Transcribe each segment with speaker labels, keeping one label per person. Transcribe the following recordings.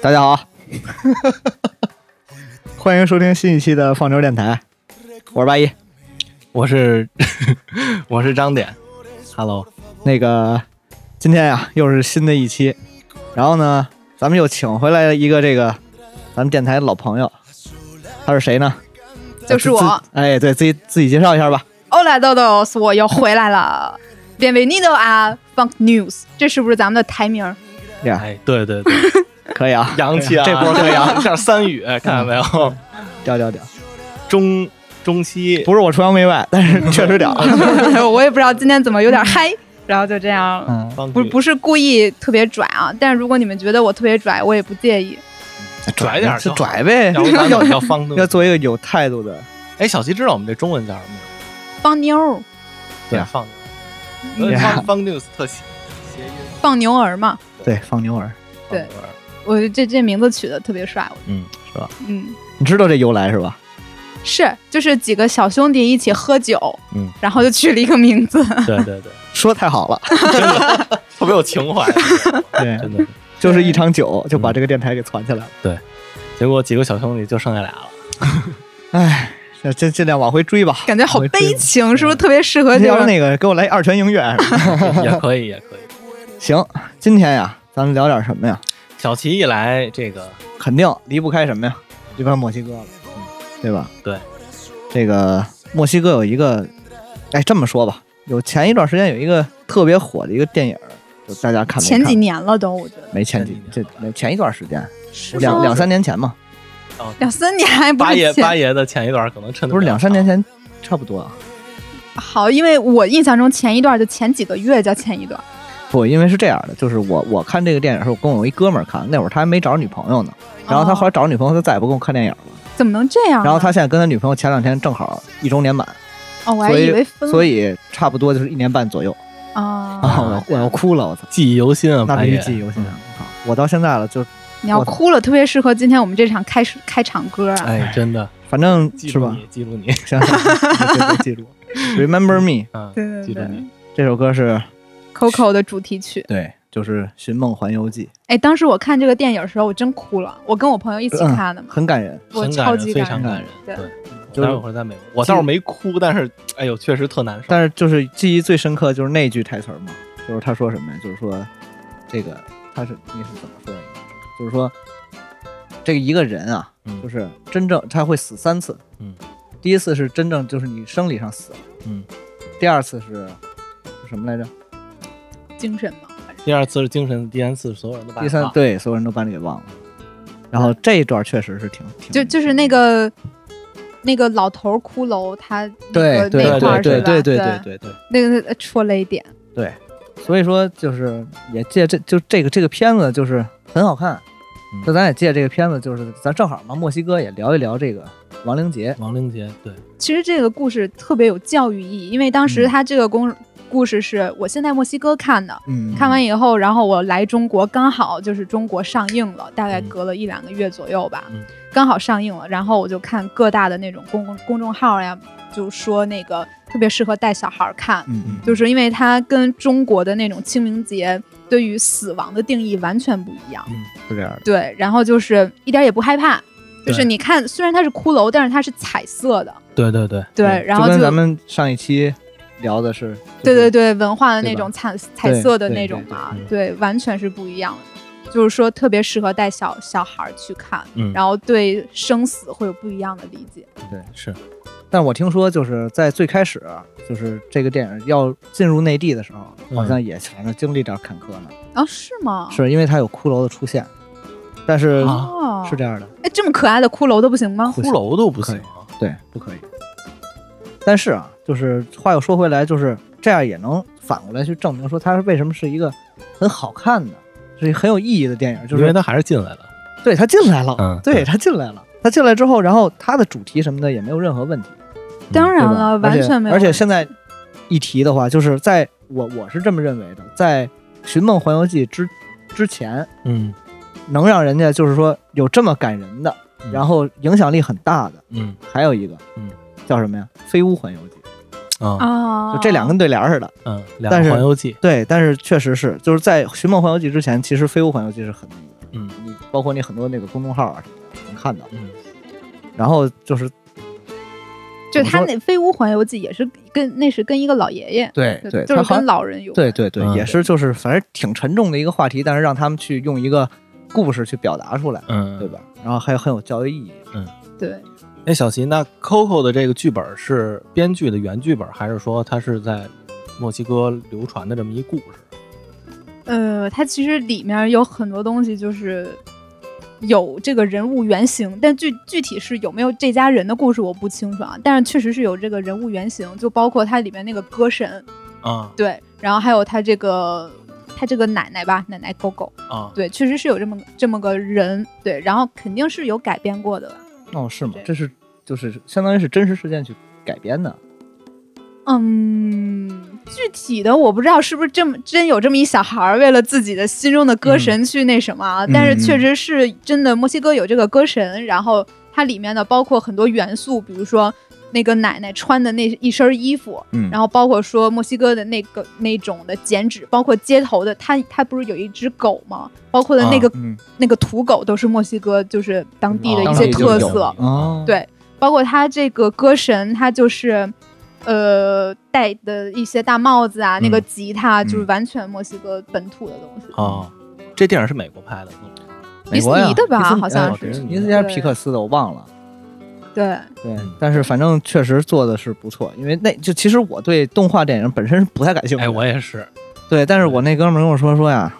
Speaker 1: 大家好， 欢迎收听新一期的放牛电台，我是八一。
Speaker 2: 我是 我是张点，Hello，
Speaker 1: 那个今天呀、又是新的一期，然后呢，咱们又请回来了一个这个咱们电台的老朋友，他是谁呢？
Speaker 3: 就是
Speaker 1: 呃
Speaker 3: 我，
Speaker 1: 自自哎，对自己自己介绍一下吧。
Speaker 3: 欧莱哦豆豆，我又回来了。Bienvenido a Funk News，这是不是咱们的台名儿？
Speaker 1: 呀、
Speaker 2: 哎，对对 对，
Speaker 1: 可以啊，
Speaker 2: 洋气啊，
Speaker 1: 这波可以啊，
Speaker 2: 这样三语，哎看到没有？
Speaker 1: 屌屌屌！
Speaker 2: 中中西
Speaker 1: 不是我崇洋媚外，但是确实屌。
Speaker 3: 我也不知道今天怎么有点嗨，然后就这样，
Speaker 1: 嗯，
Speaker 2: 方
Speaker 3: 不
Speaker 2: 语
Speaker 3: 不是故意特别拽啊。但是如果你们觉得我特别拽，我也不介意。
Speaker 2: 拽点儿
Speaker 1: 就
Speaker 2: 就
Speaker 1: 拽呗，
Speaker 2: 要不 咱
Speaker 1: 要
Speaker 2: 们叫方东
Speaker 1: 要做一个有态度的。
Speaker 2: 哎，小七知道我们这中文叫什么吗？
Speaker 3: 放妞儿，
Speaker 1: 对啊
Speaker 2: 放
Speaker 1: 对啊
Speaker 2: 放放 news 特写谐音
Speaker 3: 放牛儿嘛，
Speaker 1: 对，放牛儿，
Speaker 3: 对
Speaker 2: 放牛儿
Speaker 3: 我觉得这这名字取的特别帅。
Speaker 2: 嗯，
Speaker 3: 嗯，
Speaker 1: 你知道这由来是吧？
Speaker 3: 是，就是几个小兄弟一起喝酒，
Speaker 2: 嗯，
Speaker 3: 然后就取了一个名字。
Speaker 2: 对 对对，
Speaker 1: 说太好了，
Speaker 2: 特别有情怀，
Speaker 1: 对，嗯
Speaker 2: 真的。
Speaker 1: 就是一场酒就把这个电台给攒起来了。
Speaker 2: 结果几个小兄弟就剩下 俩了，
Speaker 1: 哎，这尽尽量往回追吧，
Speaker 3: 感觉
Speaker 1: 往
Speaker 3: 好
Speaker 1: 回追
Speaker 3: 悲
Speaker 1: 吧。
Speaker 3: 情，是不是特别适合
Speaker 1: 要
Speaker 3: 这
Speaker 1: 是
Speaker 3: 种？
Speaker 1: 那个给我来一二泉映 月什么的。
Speaker 2: 也可以也可以。
Speaker 1: 行，今天呀，咱们聊点什么呀？
Speaker 2: 小齐一来，这个
Speaker 1: 肯定离不开什么呀？离不开墨西哥了，嗯对吧？
Speaker 2: 对，
Speaker 1: 这个墨西哥有一个，哎，这么说吧，有前一段时间有一个特别火的一个电影，就大家看没
Speaker 3: 前
Speaker 1: 看
Speaker 3: 几年了都，我觉得
Speaker 1: 没前几
Speaker 2: 前几
Speaker 1: 这
Speaker 2: 年
Speaker 1: 没前一段时间，
Speaker 3: 吗
Speaker 1: 两两三年前嘛，
Speaker 2: 哦
Speaker 3: 两三年还不
Speaker 2: 八爷
Speaker 3: 是前
Speaker 2: 八爷的前一段可能趁
Speaker 1: 不是两三年前差不多啊。
Speaker 3: 好，因为我印象中前一段就前几个月叫前一段，
Speaker 1: 不，因为是这样的，就是我我看这个电影是我跟我一哥们儿看，那会儿他还没找着女朋友呢，然后他后来找着女朋友，他再也不跟我看电影了。
Speaker 3: 怎么能这样呢？
Speaker 1: 然后他现在跟他女朋友前两天正好一周年满，
Speaker 3: 哦，我还
Speaker 1: 所以
Speaker 3: 为分了
Speaker 1: 所以差不多就是一年半左右。
Speaker 3: 啊，
Speaker 1: 啊， 我我要哭了，我操！
Speaker 2: 记忆犹新啊，
Speaker 1: 那
Speaker 2: 八
Speaker 1: 必须
Speaker 2: 爷
Speaker 1: 记忆犹新啊！我靠我到现在了，就
Speaker 3: 你要
Speaker 1: 我
Speaker 3: 哭了，特别适合今天我们这场开始开场歌啊。
Speaker 2: 哎，真的
Speaker 1: 反正
Speaker 2: 记
Speaker 1: 是
Speaker 2: 住
Speaker 1: 吧？
Speaker 2: 你，记住你，
Speaker 1: 行行，行别别记 住。Remember Me
Speaker 2: 嗯，
Speaker 3: 对对
Speaker 2: 记住
Speaker 3: 对
Speaker 2: 你，
Speaker 1: 这首歌是
Speaker 3: ，Coco 的主题曲。
Speaker 1: 对，就是《寻梦环游记
Speaker 3: 哎，当时我看这个电影的时候，我真哭了，我跟我朋友一起
Speaker 1: 嗯
Speaker 3: 看的》，嘛，
Speaker 1: 很感人。
Speaker 3: 我
Speaker 2: 很
Speaker 3: 超
Speaker 2: 人，
Speaker 3: 级
Speaker 2: 非
Speaker 3: 感
Speaker 2: 常
Speaker 3: 人。
Speaker 2: 感人。
Speaker 3: 对
Speaker 1: 就
Speaker 2: 就是是会儿在美国，我倒是没哭，但是哎呦，确实特难受。
Speaker 1: 但是就是记忆最深刻的就是那句台词儿嘛，就是他说什么呀？就是说这个他是你是怎么说的？就是说这个一个人啊，
Speaker 2: 嗯
Speaker 1: 就是真正他会死三次，
Speaker 2: 嗯，
Speaker 1: 第一次是真正就是你生理上死了，
Speaker 2: 嗯，
Speaker 1: 第二次是是什么来着？
Speaker 3: 精神嘛，
Speaker 1: 嗯
Speaker 3: 反正
Speaker 2: 第二次是精神，第三次是所有人都把
Speaker 1: 第三对所有人都把你给忘了。然后这一段确实是挺挺
Speaker 3: 就就是那个那个老头儿骷髅，他那
Speaker 1: 对
Speaker 3: 个
Speaker 1: 对
Speaker 3: 那块
Speaker 1: 对
Speaker 3: 儿是
Speaker 1: 对
Speaker 3: 吧？
Speaker 1: 对对对对对，
Speaker 3: 那个呃戳了一点。
Speaker 1: 所以说就是也借这就这个这个片子就是很好看
Speaker 2: 嗯，
Speaker 1: 就咱也借这个片子，就是咱正好嘛，墨西哥也聊一聊这个亡灵节，
Speaker 2: 亡灵节，对，
Speaker 3: 其实这个故事特别有教育意义，因为当时
Speaker 1: 嗯
Speaker 3: 他这个公、故事是我先在墨西哥看的，
Speaker 1: 嗯，
Speaker 3: 看完以后，然后我来中国，刚好就是中国上映了，大概
Speaker 2: 嗯
Speaker 3: 隔了一两个月左右吧，
Speaker 2: 嗯
Speaker 3: 刚好上映了。然后我就看各大的那种公共公众号呀，就说那个特别适合带小孩儿看，
Speaker 1: 嗯嗯
Speaker 3: 就是因为它跟中国的那种清明节对于死亡的定义完全不一样。
Speaker 2: 嗯
Speaker 1: 是这样的，
Speaker 3: 对，然后就是一点儿也不害怕，就是
Speaker 2: 对
Speaker 3: 你看，虽然它是骷髅，但是它是彩色的，
Speaker 2: 对对对
Speaker 3: 对，然后
Speaker 1: 就跟咱们上一期聊的是，
Speaker 3: 对对对，文化的
Speaker 1: 对
Speaker 3: 那
Speaker 1: 吧
Speaker 3: 种彩彩色的那种嘛，
Speaker 1: 嗯
Speaker 2: 对对
Speaker 3: 对，完全是不一样的。就是说，特别适合带小小孩儿去看，
Speaker 2: 嗯
Speaker 3: 然后对生死会有不一样的理解。
Speaker 1: 对。
Speaker 2: 是，
Speaker 1: 但我听说就是在最开始，啊就是这个电影要进入内地的时候，
Speaker 2: 嗯
Speaker 1: 好像也反正经历点坎坷呢，
Speaker 3: 啊，是吗？
Speaker 1: 是因为它有骷髅的出现，但是
Speaker 2: 啊
Speaker 3: 哦，
Speaker 1: 是这样的，
Speaker 3: 哎，这么可爱的骷髅都不行吗？
Speaker 2: 骷髅都不行啊，
Speaker 1: 对，不可以。但是啊，就是话又说回来，就是这样也能反过来去证明说它是为什么是一个很好看的，是一个很有意义的电影，就
Speaker 2: 因为
Speaker 1: 是
Speaker 2: 他还是进来了，
Speaker 1: 对它进来了，
Speaker 2: 嗯
Speaker 1: 对它进来了，它进来之后，然后它的主题什么的也没有任何问题，
Speaker 3: 当然
Speaker 1: 对吧
Speaker 3: 了，完全没有啊
Speaker 1: 而且。而且
Speaker 3: 问题
Speaker 1: 现在一提的话，就是在我我是这么认为的，在《寻梦环游记之》之前，
Speaker 2: 嗯，
Speaker 1: 能让人家就是说有这么感人的，
Speaker 2: 嗯
Speaker 1: 然后影响力很大的，
Speaker 2: 嗯
Speaker 1: 还有一个，
Speaker 2: 嗯，
Speaker 1: 叫什么呀？《飞屋环游记》。
Speaker 2: 啊
Speaker 3: 啊，
Speaker 1: 就这两根对联儿似的，
Speaker 2: 嗯，两
Speaker 1: 但是
Speaker 2: 个环游记，
Speaker 1: 对，但是确实是，就是在《寻梦环游记》之前，其实《飞屋环游记》是很那个，
Speaker 2: 嗯
Speaker 1: 你包括你很多那个公众号啊什么的能看到。
Speaker 2: 嗯
Speaker 1: 然后就是怎
Speaker 3: 就
Speaker 1: 么
Speaker 3: 他
Speaker 1: 说
Speaker 3: 那《飞屋环游记》也是跟那是跟一个老爷爷，
Speaker 1: 对
Speaker 3: 就
Speaker 1: 对，
Speaker 3: 就
Speaker 1: 他
Speaker 3: 是
Speaker 1: 好
Speaker 3: 跟
Speaker 1: 像
Speaker 3: 老人有
Speaker 1: 对
Speaker 3: 关
Speaker 1: 对对，
Speaker 2: 嗯
Speaker 1: 也是就是反正挺沉重的一个话题，但是让他们去用一个故事去表达出来，
Speaker 2: 嗯，
Speaker 1: 对？吧？然后还有很有教育意义。
Speaker 3: 对，
Speaker 2: 哎，小齐，那 Coco 的这个剧本是编剧的原剧本，还是说它是在墨西哥流传的这么一故事？
Speaker 3: 呃，它其实里面有很多东西就是有这个人物原型，但具具体是有没有这家人的故事我不清楚啊，但是确实是有这个人物原型，就包括它里面那个歌神，
Speaker 2: 啊
Speaker 3: 对，然后还有他这个他这个奶奶吧，奶奶狗狗，
Speaker 2: 啊，
Speaker 3: 对，确实是有这么个这么个人，对，然后肯定是有改编过的吧，
Speaker 1: 哦，是吗
Speaker 3: 对？
Speaker 1: 这是就是相当于是真实事件去改编的。
Speaker 3: 嗯，具体的我不知道是不是这么真有这么一小孩儿为了自己的心中的歌神去那什么啊，
Speaker 1: 嗯
Speaker 3: 但是确实是真的，墨西哥有这个歌神，然后它里面的包括很多元素，比如说那个奶奶穿的那一身衣服，
Speaker 1: 嗯
Speaker 3: 然后包括说墨西哥的那个那种的剪纸，包括街头的，它它不是有一只狗吗？包括的那个、
Speaker 1: 嗯
Speaker 3: 那个土狗都是墨西哥就是当地的
Speaker 2: 哦
Speaker 3: 一
Speaker 1: 当
Speaker 3: 些
Speaker 1: 地就
Speaker 3: 特
Speaker 1: 有
Speaker 3: 色，
Speaker 1: 哦，
Speaker 3: 对包括他这个歌神，他就是，呃，戴的一些大帽子啊，
Speaker 2: 嗯
Speaker 3: 那个吉他就是
Speaker 1: 嗯
Speaker 3: 完全墨西哥本土的东西。
Speaker 2: 啊，这电影是美国拍的，
Speaker 1: 美国呀
Speaker 3: 迪士尼的吧
Speaker 1: 迪士尼
Speaker 3: 好像
Speaker 1: 哎
Speaker 2: 是
Speaker 1: 迪士尼还是皮克斯的，我忘了。
Speaker 3: 对，
Speaker 1: 对
Speaker 2: 嗯，
Speaker 1: 但是反正确实做的是不错，因为那就其实我对动画电影本身是不太感兴趣。
Speaker 2: 哎，我也是，
Speaker 1: 对，但是我那哥们儿跟我说说呀，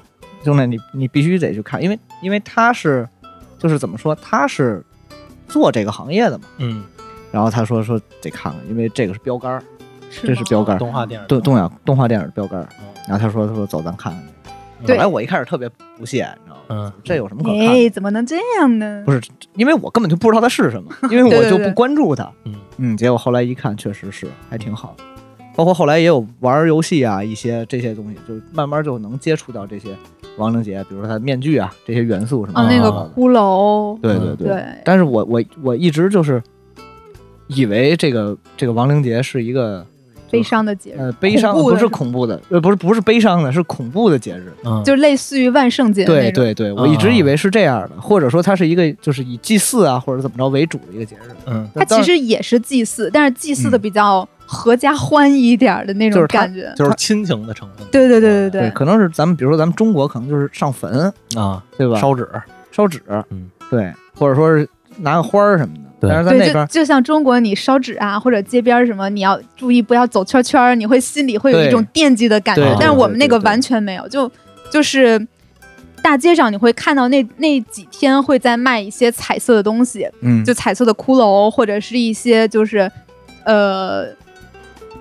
Speaker 1: 兄弟，你你必须得去看，因为因为他是就是怎么说，他是做这个行业的嘛。
Speaker 2: 嗯，
Speaker 1: 然后他说说得看看，因为这个是标杆儿，这是
Speaker 3: 吗
Speaker 1: 标杆儿，
Speaker 2: 动画电影，
Speaker 1: 动动画动画电影的标杆儿。
Speaker 2: 嗯
Speaker 1: 然后他说他说走，咱看看去。
Speaker 3: 对
Speaker 1: 本来我一开始特别不屑，你知道吗？
Speaker 2: 嗯，
Speaker 1: 这有什么可看的？
Speaker 3: 哎，怎么能这样呢？
Speaker 1: 不是因为我根本就不知道它是什么，因为我
Speaker 3: 对对
Speaker 1: 就
Speaker 3: 对
Speaker 1: 不关注它。
Speaker 2: 嗯
Speaker 1: 嗯，结果后来一看，确实是还挺好的。包括后来也有玩儿游戏啊，一些这些东西，就慢慢就能接触到这些王正杰，比如说他的面具啊这些元素什么
Speaker 3: 啊，
Speaker 1: 的。
Speaker 3: 那个
Speaker 2: 哦
Speaker 3: 骷髅，
Speaker 1: 对对
Speaker 2: 嗯
Speaker 1: 对。但是我我我一直就是以为这个这个王灵杰是一个
Speaker 3: 悲伤的节日，
Speaker 1: 呃悲伤
Speaker 3: 恐怖的
Speaker 1: 不是
Speaker 3: 是吧
Speaker 1: 恐怖的，呃不是不是悲伤的，是恐怖的节日。
Speaker 2: 嗯，
Speaker 3: 就类似于万圣节的
Speaker 1: 对
Speaker 3: 那种。
Speaker 1: 对对，我一
Speaker 2: 啊
Speaker 1: 直以为是这样的，或者说它是一个就是以祭祀啊或者怎么着为主的一个节日。
Speaker 2: 嗯
Speaker 3: 它
Speaker 1: 当
Speaker 3: 其
Speaker 1: 然
Speaker 3: 实也是祭祀，但是祭祀的
Speaker 1: 嗯
Speaker 3: 比较合家欢一点儿的那
Speaker 1: 就
Speaker 3: 种
Speaker 1: 是它
Speaker 3: 感觉。
Speaker 2: 就是亲情的成分，
Speaker 3: 对对对对
Speaker 1: 对，可能是咱们比如说咱们中国可能就是上坟，
Speaker 2: 啊，
Speaker 1: 对吧？
Speaker 2: 烧纸，
Speaker 1: 烧纸，
Speaker 2: 嗯，
Speaker 1: 对，或者说是拿个花儿什么的。
Speaker 2: 对
Speaker 1: 但是在
Speaker 3: 对，
Speaker 1: 那边
Speaker 3: 就
Speaker 1: 儿，
Speaker 3: 就像中国，你烧纸啊，或者街边儿什么，你要注意不要走圈圈儿，你会心里会有一
Speaker 1: 对
Speaker 3: 种惦记的感
Speaker 1: 对
Speaker 3: 觉
Speaker 2: 对。
Speaker 3: 但是
Speaker 1: 对
Speaker 3: 我们那个
Speaker 1: 对对
Speaker 3: 完全没有，就就是大街上你会看到那那几天会在卖一些彩色的东西，
Speaker 1: 嗯
Speaker 3: 就彩色的骷髅，或者是一些就是呃。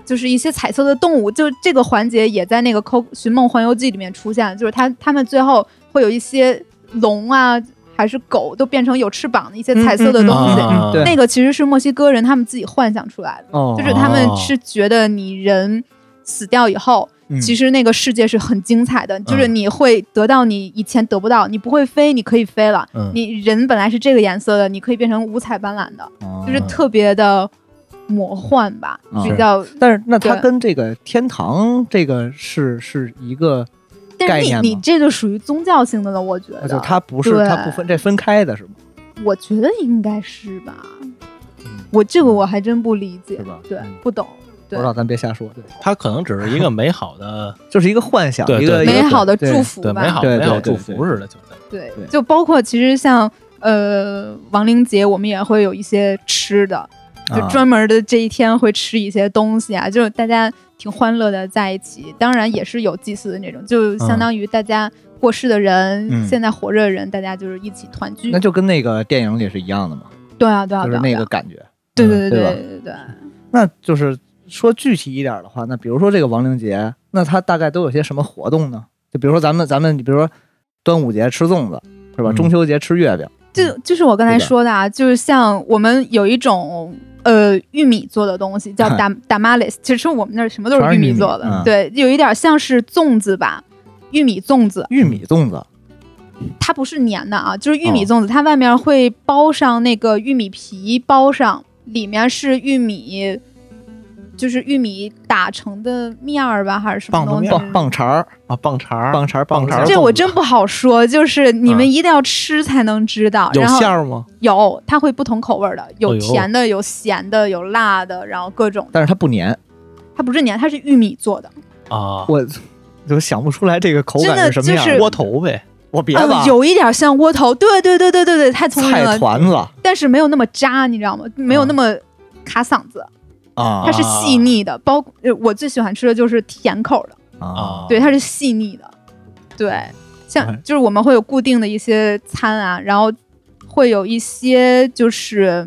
Speaker 3: 就是一些彩色的动物，就这个环节也在那个《抠寻梦环游记》里面出现，就是它它们最后会有一些龙啊，还是狗都变成有翅膀的一些彩色的
Speaker 1: 嗯
Speaker 3: 东
Speaker 1: 嗯
Speaker 3: 西，
Speaker 2: 啊
Speaker 1: 对
Speaker 3: 那个其实是墨西哥人他们自己幻想出来的，
Speaker 1: 哦
Speaker 3: 就是他们是觉得你人死掉以后，其
Speaker 1: 实
Speaker 3: 实那个世界是很精彩
Speaker 1: 嗯
Speaker 3: 的，就是你会得到你以前得不到，你不会飞，你可以飞了，
Speaker 2: 嗯
Speaker 3: 你人本来是这个颜色的，你可以变成五彩斑斓的，就是
Speaker 2: 嗯
Speaker 3: 特别的魔幻吧，
Speaker 1: 嗯
Speaker 3: 比较。
Speaker 1: 但是那它
Speaker 3: 对
Speaker 1: 跟这个天堂这个是是一个，
Speaker 3: 但
Speaker 1: 概
Speaker 3: 是
Speaker 1: 念
Speaker 3: 你你
Speaker 1: 吗
Speaker 3: 这就属于宗教性的了，我觉
Speaker 1: 就
Speaker 3: 得，
Speaker 1: 它不是
Speaker 3: 对
Speaker 1: 它不分这分开的是吗？
Speaker 3: 我觉得应该是吧
Speaker 2: 嗯。
Speaker 3: 我这个我还真不理解
Speaker 1: 是吧，
Speaker 3: 对
Speaker 2: 嗯，
Speaker 3: 不懂，
Speaker 1: 不
Speaker 3: 对
Speaker 1: 知道，咱别瞎说，对，
Speaker 2: 它可能只是一个美好 的，
Speaker 1: 就是一个幻想，
Speaker 2: 对
Speaker 1: 一个一
Speaker 2: 对
Speaker 1: 个
Speaker 3: 美好的
Speaker 1: 对
Speaker 3: 祝福
Speaker 2: 对
Speaker 3: 吧，
Speaker 2: 美好
Speaker 1: 对
Speaker 2: 美好
Speaker 1: 对对
Speaker 2: 祝福似的，就在
Speaker 3: 对
Speaker 1: 对，
Speaker 3: 就包括其实像呃亡灵节，我们也会有一些吃的，就
Speaker 1: 啊
Speaker 3: 专门的这一天会吃一些东西啊，就是大家挺欢乐的在一起。当然也是有祭祀的那种，就相当于大家过世的人，
Speaker 1: 嗯
Speaker 3: 现在活着的人，大家就是一起团聚
Speaker 1: 那。就跟那个电影里是一样的嘛，
Speaker 3: 对啊，对啊，
Speaker 1: 就
Speaker 3: 对
Speaker 1: 是
Speaker 3: 啊，
Speaker 1: 那个
Speaker 3: 啊
Speaker 1: 感觉。
Speaker 3: 对
Speaker 2: 嗯
Speaker 1: 对
Speaker 3: 对对啊
Speaker 1: 吧
Speaker 3: 对对。
Speaker 1: 那就是说具体一点儿的话，那比如说这个亡灵节，那它大概都有些什么活动呢？就比如说咱们咱们，你比如说端午节吃粽子是吧？
Speaker 2: 嗯
Speaker 1: 中秋节吃月饼，
Speaker 3: 就就是我刚才
Speaker 1: 嗯对吧
Speaker 3: 说的啊，就是像我们有一种呃玉米做的东西 叫打打 m a l e s 其实我们那儿什么都
Speaker 1: 全
Speaker 3: 是
Speaker 1: 是
Speaker 3: 玉
Speaker 1: 玉
Speaker 3: 米
Speaker 1: 米
Speaker 3: 做的，
Speaker 1: 嗯
Speaker 3: 对，有一点像是粽子吧，玉米粽子，
Speaker 1: 玉米粽子
Speaker 3: 它不是粘的啊，就是玉米
Speaker 1: 哦
Speaker 3: 粽子，它外面会包上那个玉米皮，包上里面是玉米就是玉米打成的面儿吧，还是什么
Speaker 1: 棒子
Speaker 3: 东西嗯
Speaker 1: 面、？棒棒碴儿、
Speaker 2: 啊，棒碴儿，
Speaker 1: 棒碴儿、
Speaker 2: 棒
Speaker 1: 棒
Speaker 2: 碴
Speaker 1: 碴
Speaker 2: 儿
Speaker 1: 儿，
Speaker 3: 这我真不好说，就是你
Speaker 1: 嗯
Speaker 2: 啊
Speaker 3: 们一定要吃才能知道。
Speaker 2: 有
Speaker 3: 然后
Speaker 2: 馅儿吗？
Speaker 3: 有，它会不同口味儿的，
Speaker 2: 哎
Speaker 3: 有
Speaker 2: 呦
Speaker 3: 甜的，有咸的，有辣的，然后各种。
Speaker 1: 但是它不粘，
Speaker 3: 它不是粘，它是玉米做的。
Speaker 2: 啊，
Speaker 1: 我就想不出来这个口
Speaker 3: 真
Speaker 1: 感
Speaker 3: 的
Speaker 1: 是什么样
Speaker 3: 就
Speaker 1: 儿。
Speaker 3: 是
Speaker 2: 窝头呗，
Speaker 1: 我别
Speaker 3: 嗯
Speaker 1: 吧，，
Speaker 3: 有啊一点像窝头，对对对对对对，太聪明
Speaker 1: 菜
Speaker 3: 了。
Speaker 1: 团子
Speaker 3: 但是没有那么渣，你知道吗？没有
Speaker 2: 啊
Speaker 3: 那么卡嗓子，
Speaker 1: 啊
Speaker 3: 它是细腻的。包呃我最喜欢吃的就是甜口的，
Speaker 1: 啊，
Speaker 3: 对，它是细腻的，对，像
Speaker 1: 哎
Speaker 3: 就是我们会有固定的一些餐啊，然后会有一些就是，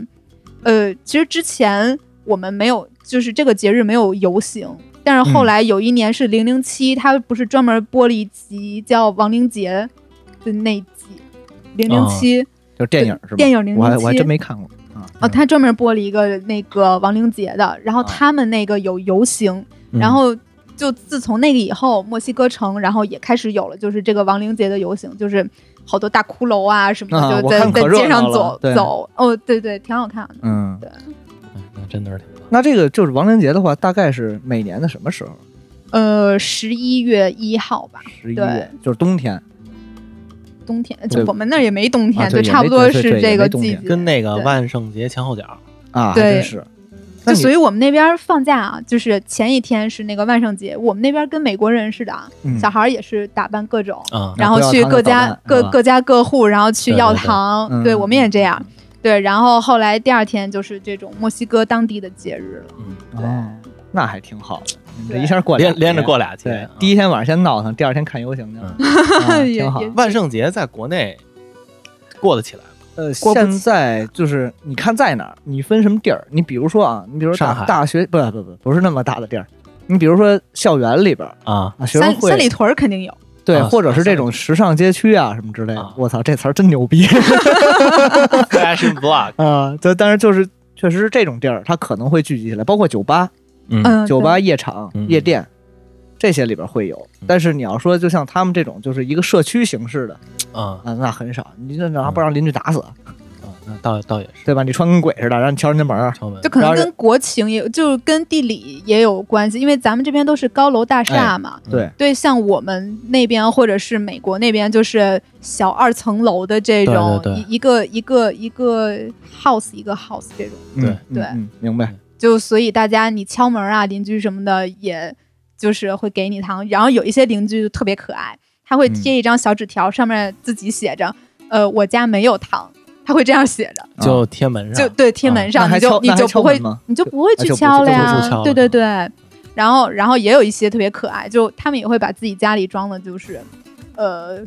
Speaker 3: 呃，其实之前我们没有，就是这个节日没有游行。但是后来有一年是零零七，它不是专门播了一集叫亡灵节的那一集，零零七
Speaker 1: 就是电影是吧？
Speaker 3: 电影零
Speaker 1: 我还
Speaker 3: 零
Speaker 1: 我还
Speaker 3: 七
Speaker 1: 真没看过啊。
Speaker 3: 哦，他专门播了一个那个亡灵节的，然后
Speaker 1: 啊
Speaker 3: 他们那个有游行，
Speaker 1: 嗯
Speaker 3: 然后就自从那个以后，墨西哥城然后也开始有了，就是这个亡灵节的游行，就是好多大骷髅啊什么的，
Speaker 1: 啊
Speaker 3: 就
Speaker 1: 我
Speaker 3: 在
Speaker 1: 看可
Speaker 3: 在
Speaker 1: 热
Speaker 3: 街上
Speaker 1: 闹了
Speaker 3: 走
Speaker 1: 对
Speaker 3: 走，哦，对对，挺好看的。
Speaker 1: 嗯，
Speaker 2: 哎那真的是挺棒。
Speaker 1: 那这个就是亡灵节的话，大概是每年的什么时候？嗯
Speaker 3: 呃，十一月一号吧，
Speaker 1: 十一
Speaker 3: 对
Speaker 1: 月，就是冬天，
Speaker 3: 冬天就
Speaker 1: 对
Speaker 3: 我们那儿也没冬天，
Speaker 1: 啊对
Speaker 3: 就
Speaker 1: 也
Speaker 3: 差不
Speaker 1: 没
Speaker 3: 多
Speaker 1: 对对
Speaker 3: 是
Speaker 1: 对也
Speaker 3: 这个
Speaker 1: 没冬
Speaker 3: 季
Speaker 1: 天
Speaker 3: 节。
Speaker 2: 跟那个
Speaker 3: 对
Speaker 2: 万圣节前后脚，
Speaker 1: 啊，还
Speaker 3: 对
Speaker 1: 真是。那
Speaker 3: 就
Speaker 1: 你
Speaker 3: 所以我们那边放假啊，就是前一天是那个万圣节，我们那边跟美国人似的啊，
Speaker 1: 嗯
Speaker 3: 小孩儿也是打扮各种，
Speaker 2: 啊，
Speaker 3: 然后去各家
Speaker 1: 不
Speaker 3: 各
Speaker 1: 要糖的捣蛋是吧
Speaker 3: 各家各户，然后去药堂，
Speaker 1: 嗯对对对嗯
Speaker 3: 我们也这样。对，然后后来第二天就是这种墨西哥当地的节日了。
Speaker 2: 嗯，
Speaker 1: 哦，那还挺好的，你这
Speaker 3: 对
Speaker 1: 一下过
Speaker 2: 啊连
Speaker 1: 两
Speaker 2: 连着
Speaker 1: 天
Speaker 2: 过俩
Speaker 1: 对
Speaker 2: 天，，
Speaker 1: 第一天晚上先闹腾，第二天看游行去了，
Speaker 2: 嗯
Speaker 1: 啊
Speaker 3: 也
Speaker 1: 挺好
Speaker 3: 也。
Speaker 2: 万圣节在国内过得起来吗？
Speaker 1: 呃，
Speaker 2: 过不
Speaker 1: 现
Speaker 2: 起
Speaker 1: 在就是你看在哪儿，你分什么地儿？你比如说啊，你比如说
Speaker 2: 上海
Speaker 1: 大大学，不不不，不是那么大的地儿。你比如说校园里边儿
Speaker 2: 啊，
Speaker 1: 啊，学生
Speaker 3: 三三里
Speaker 1: 会
Speaker 3: 屯儿肯定有，
Speaker 1: 对，
Speaker 2: 啊
Speaker 1: 或者是
Speaker 2: 三里
Speaker 1: 这种时尚街区啊什么之类
Speaker 2: 啊
Speaker 1: 的。我操，这词儿真牛逼
Speaker 2: fashion block，
Speaker 1: 啊！对，但是就是确实是这种地儿，它可能会聚集起来，包括酒吧、
Speaker 2: 嗯
Speaker 3: 嗯，
Speaker 1: 酒
Speaker 3: 对
Speaker 1: 吧、夜场
Speaker 2: 嗯、
Speaker 1: 夜店这些里边会有
Speaker 2: 嗯。
Speaker 1: 但是你要说，就像他们这种就是一个社区形式的
Speaker 2: 啊
Speaker 1: 啊，那很少。你这哪怕
Speaker 2: 嗯
Speaker 1: 不让邻居打死，
Speaker 2: 啊，那倒倒也是
Speaker 1: 对吧？你穿跟鬼似的，让你敲人家门儿，
Speaker 2: 敲门
Speaker 3: 就可能
Speaker 1: 然后
Speaker 3: 跟国情也，就跟地理也有关系，因为咱们这边都是高楼大
Speaker 1: 哎
Speaker 3: 厦嘛。
Speaker 2: 嗯
Speaker 1: 对，
Speaker 3: 对，像我们那边或者是美国那边，就是小二层楼的这
Speaker 2: 对
Speaker 3: 种
Speaker 2: 对对
Speaker 3: 一一个一个一个 house 一个 house 这种。
Speaker 1: 嗯
Speaker 2: 对
Speaker 1: 嗯
Speaker 3: 对
Speaker 1: 嗯明白。
Speaker 3: 就所以大家你敲门啊，邻居什么的，也就是会给你糖。然后有一些邻居就特别可爱，他
Speaker 1: 嗯
Speaker 3: 会贴一张小纸条，上面自己写着，呃，我家没有糖。他会这样写着，
Speaker 2: 就贴门上，
Speaker 3: 就对贴门上，
Speaker 1: 啊那还
Speaker 3: 你就
Speaker 1: 敲
Speaker 3: 你
Speaker 1: 那还
Speaker 3: 就不
Speaker 1: 敲
Speaker 3: 会
Speaker 1: 门吗
Speaker 3: 你就不会去
Speaker 1: 就不
Speaker 3: 敲了
Speaker 2: 就不
Speaker 3: 呀
Speaker 2: 去敲了
Speaker 3: 对对对，然后然后也有一些特别可爱，就他们也会把自己家里装的就是，呃，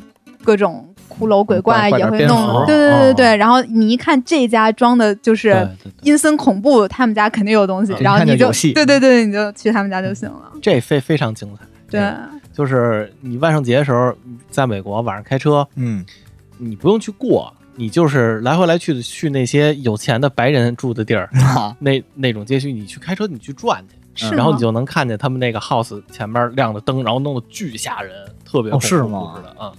Speaker 3: 各种骷髅鬼
Speaker 1: 怪
Speaker 3: 怪
Speaker 1: 怪嗯
Speaker 3: 也
Speaker 1: 点
Speaker 3: 会
Speaker 1: 蝙
Speaker 3: 弄，对
Speaker 2: 蝠
Speaker 3: 对对对
Speaker 2: 哦
Speaker 3: 对。然后你一看这家装的就是
Speaker 2: 对对对，
Speaker 3: 阴森恐怖，他们家肯定有东西，
Speaker 2: 嗯
Speaker 3: 然后
Speaker 1: 一看
Speaker 3: 你
Speaker 1: 就有戏
Speaker 3: 对对对，你就去他们家就行了。
Speaker 2: 这非非常精彩。
Speaker 3: 对，
Speaker 2: 就是你万圣节的时候，在美国晚上开车，
Speaker 1: 嗯，
Speaker 2: 你不用去过，你就是来回来去的去那些有钱的白人住的地儿，
Speaker 1: 啊，
Speaker 2: 那那种街区，你去开车你去转去，
Speaker 3: 是吗
Speaker 2: 嗯然后你就能看见他们那个 house 前面亮着灯，然后弄得巨吓人，特别
Speaker 1: 哦是
Speaker 2: 恐怖
Speaker 1: 吗
Speaker 2: 似的啊。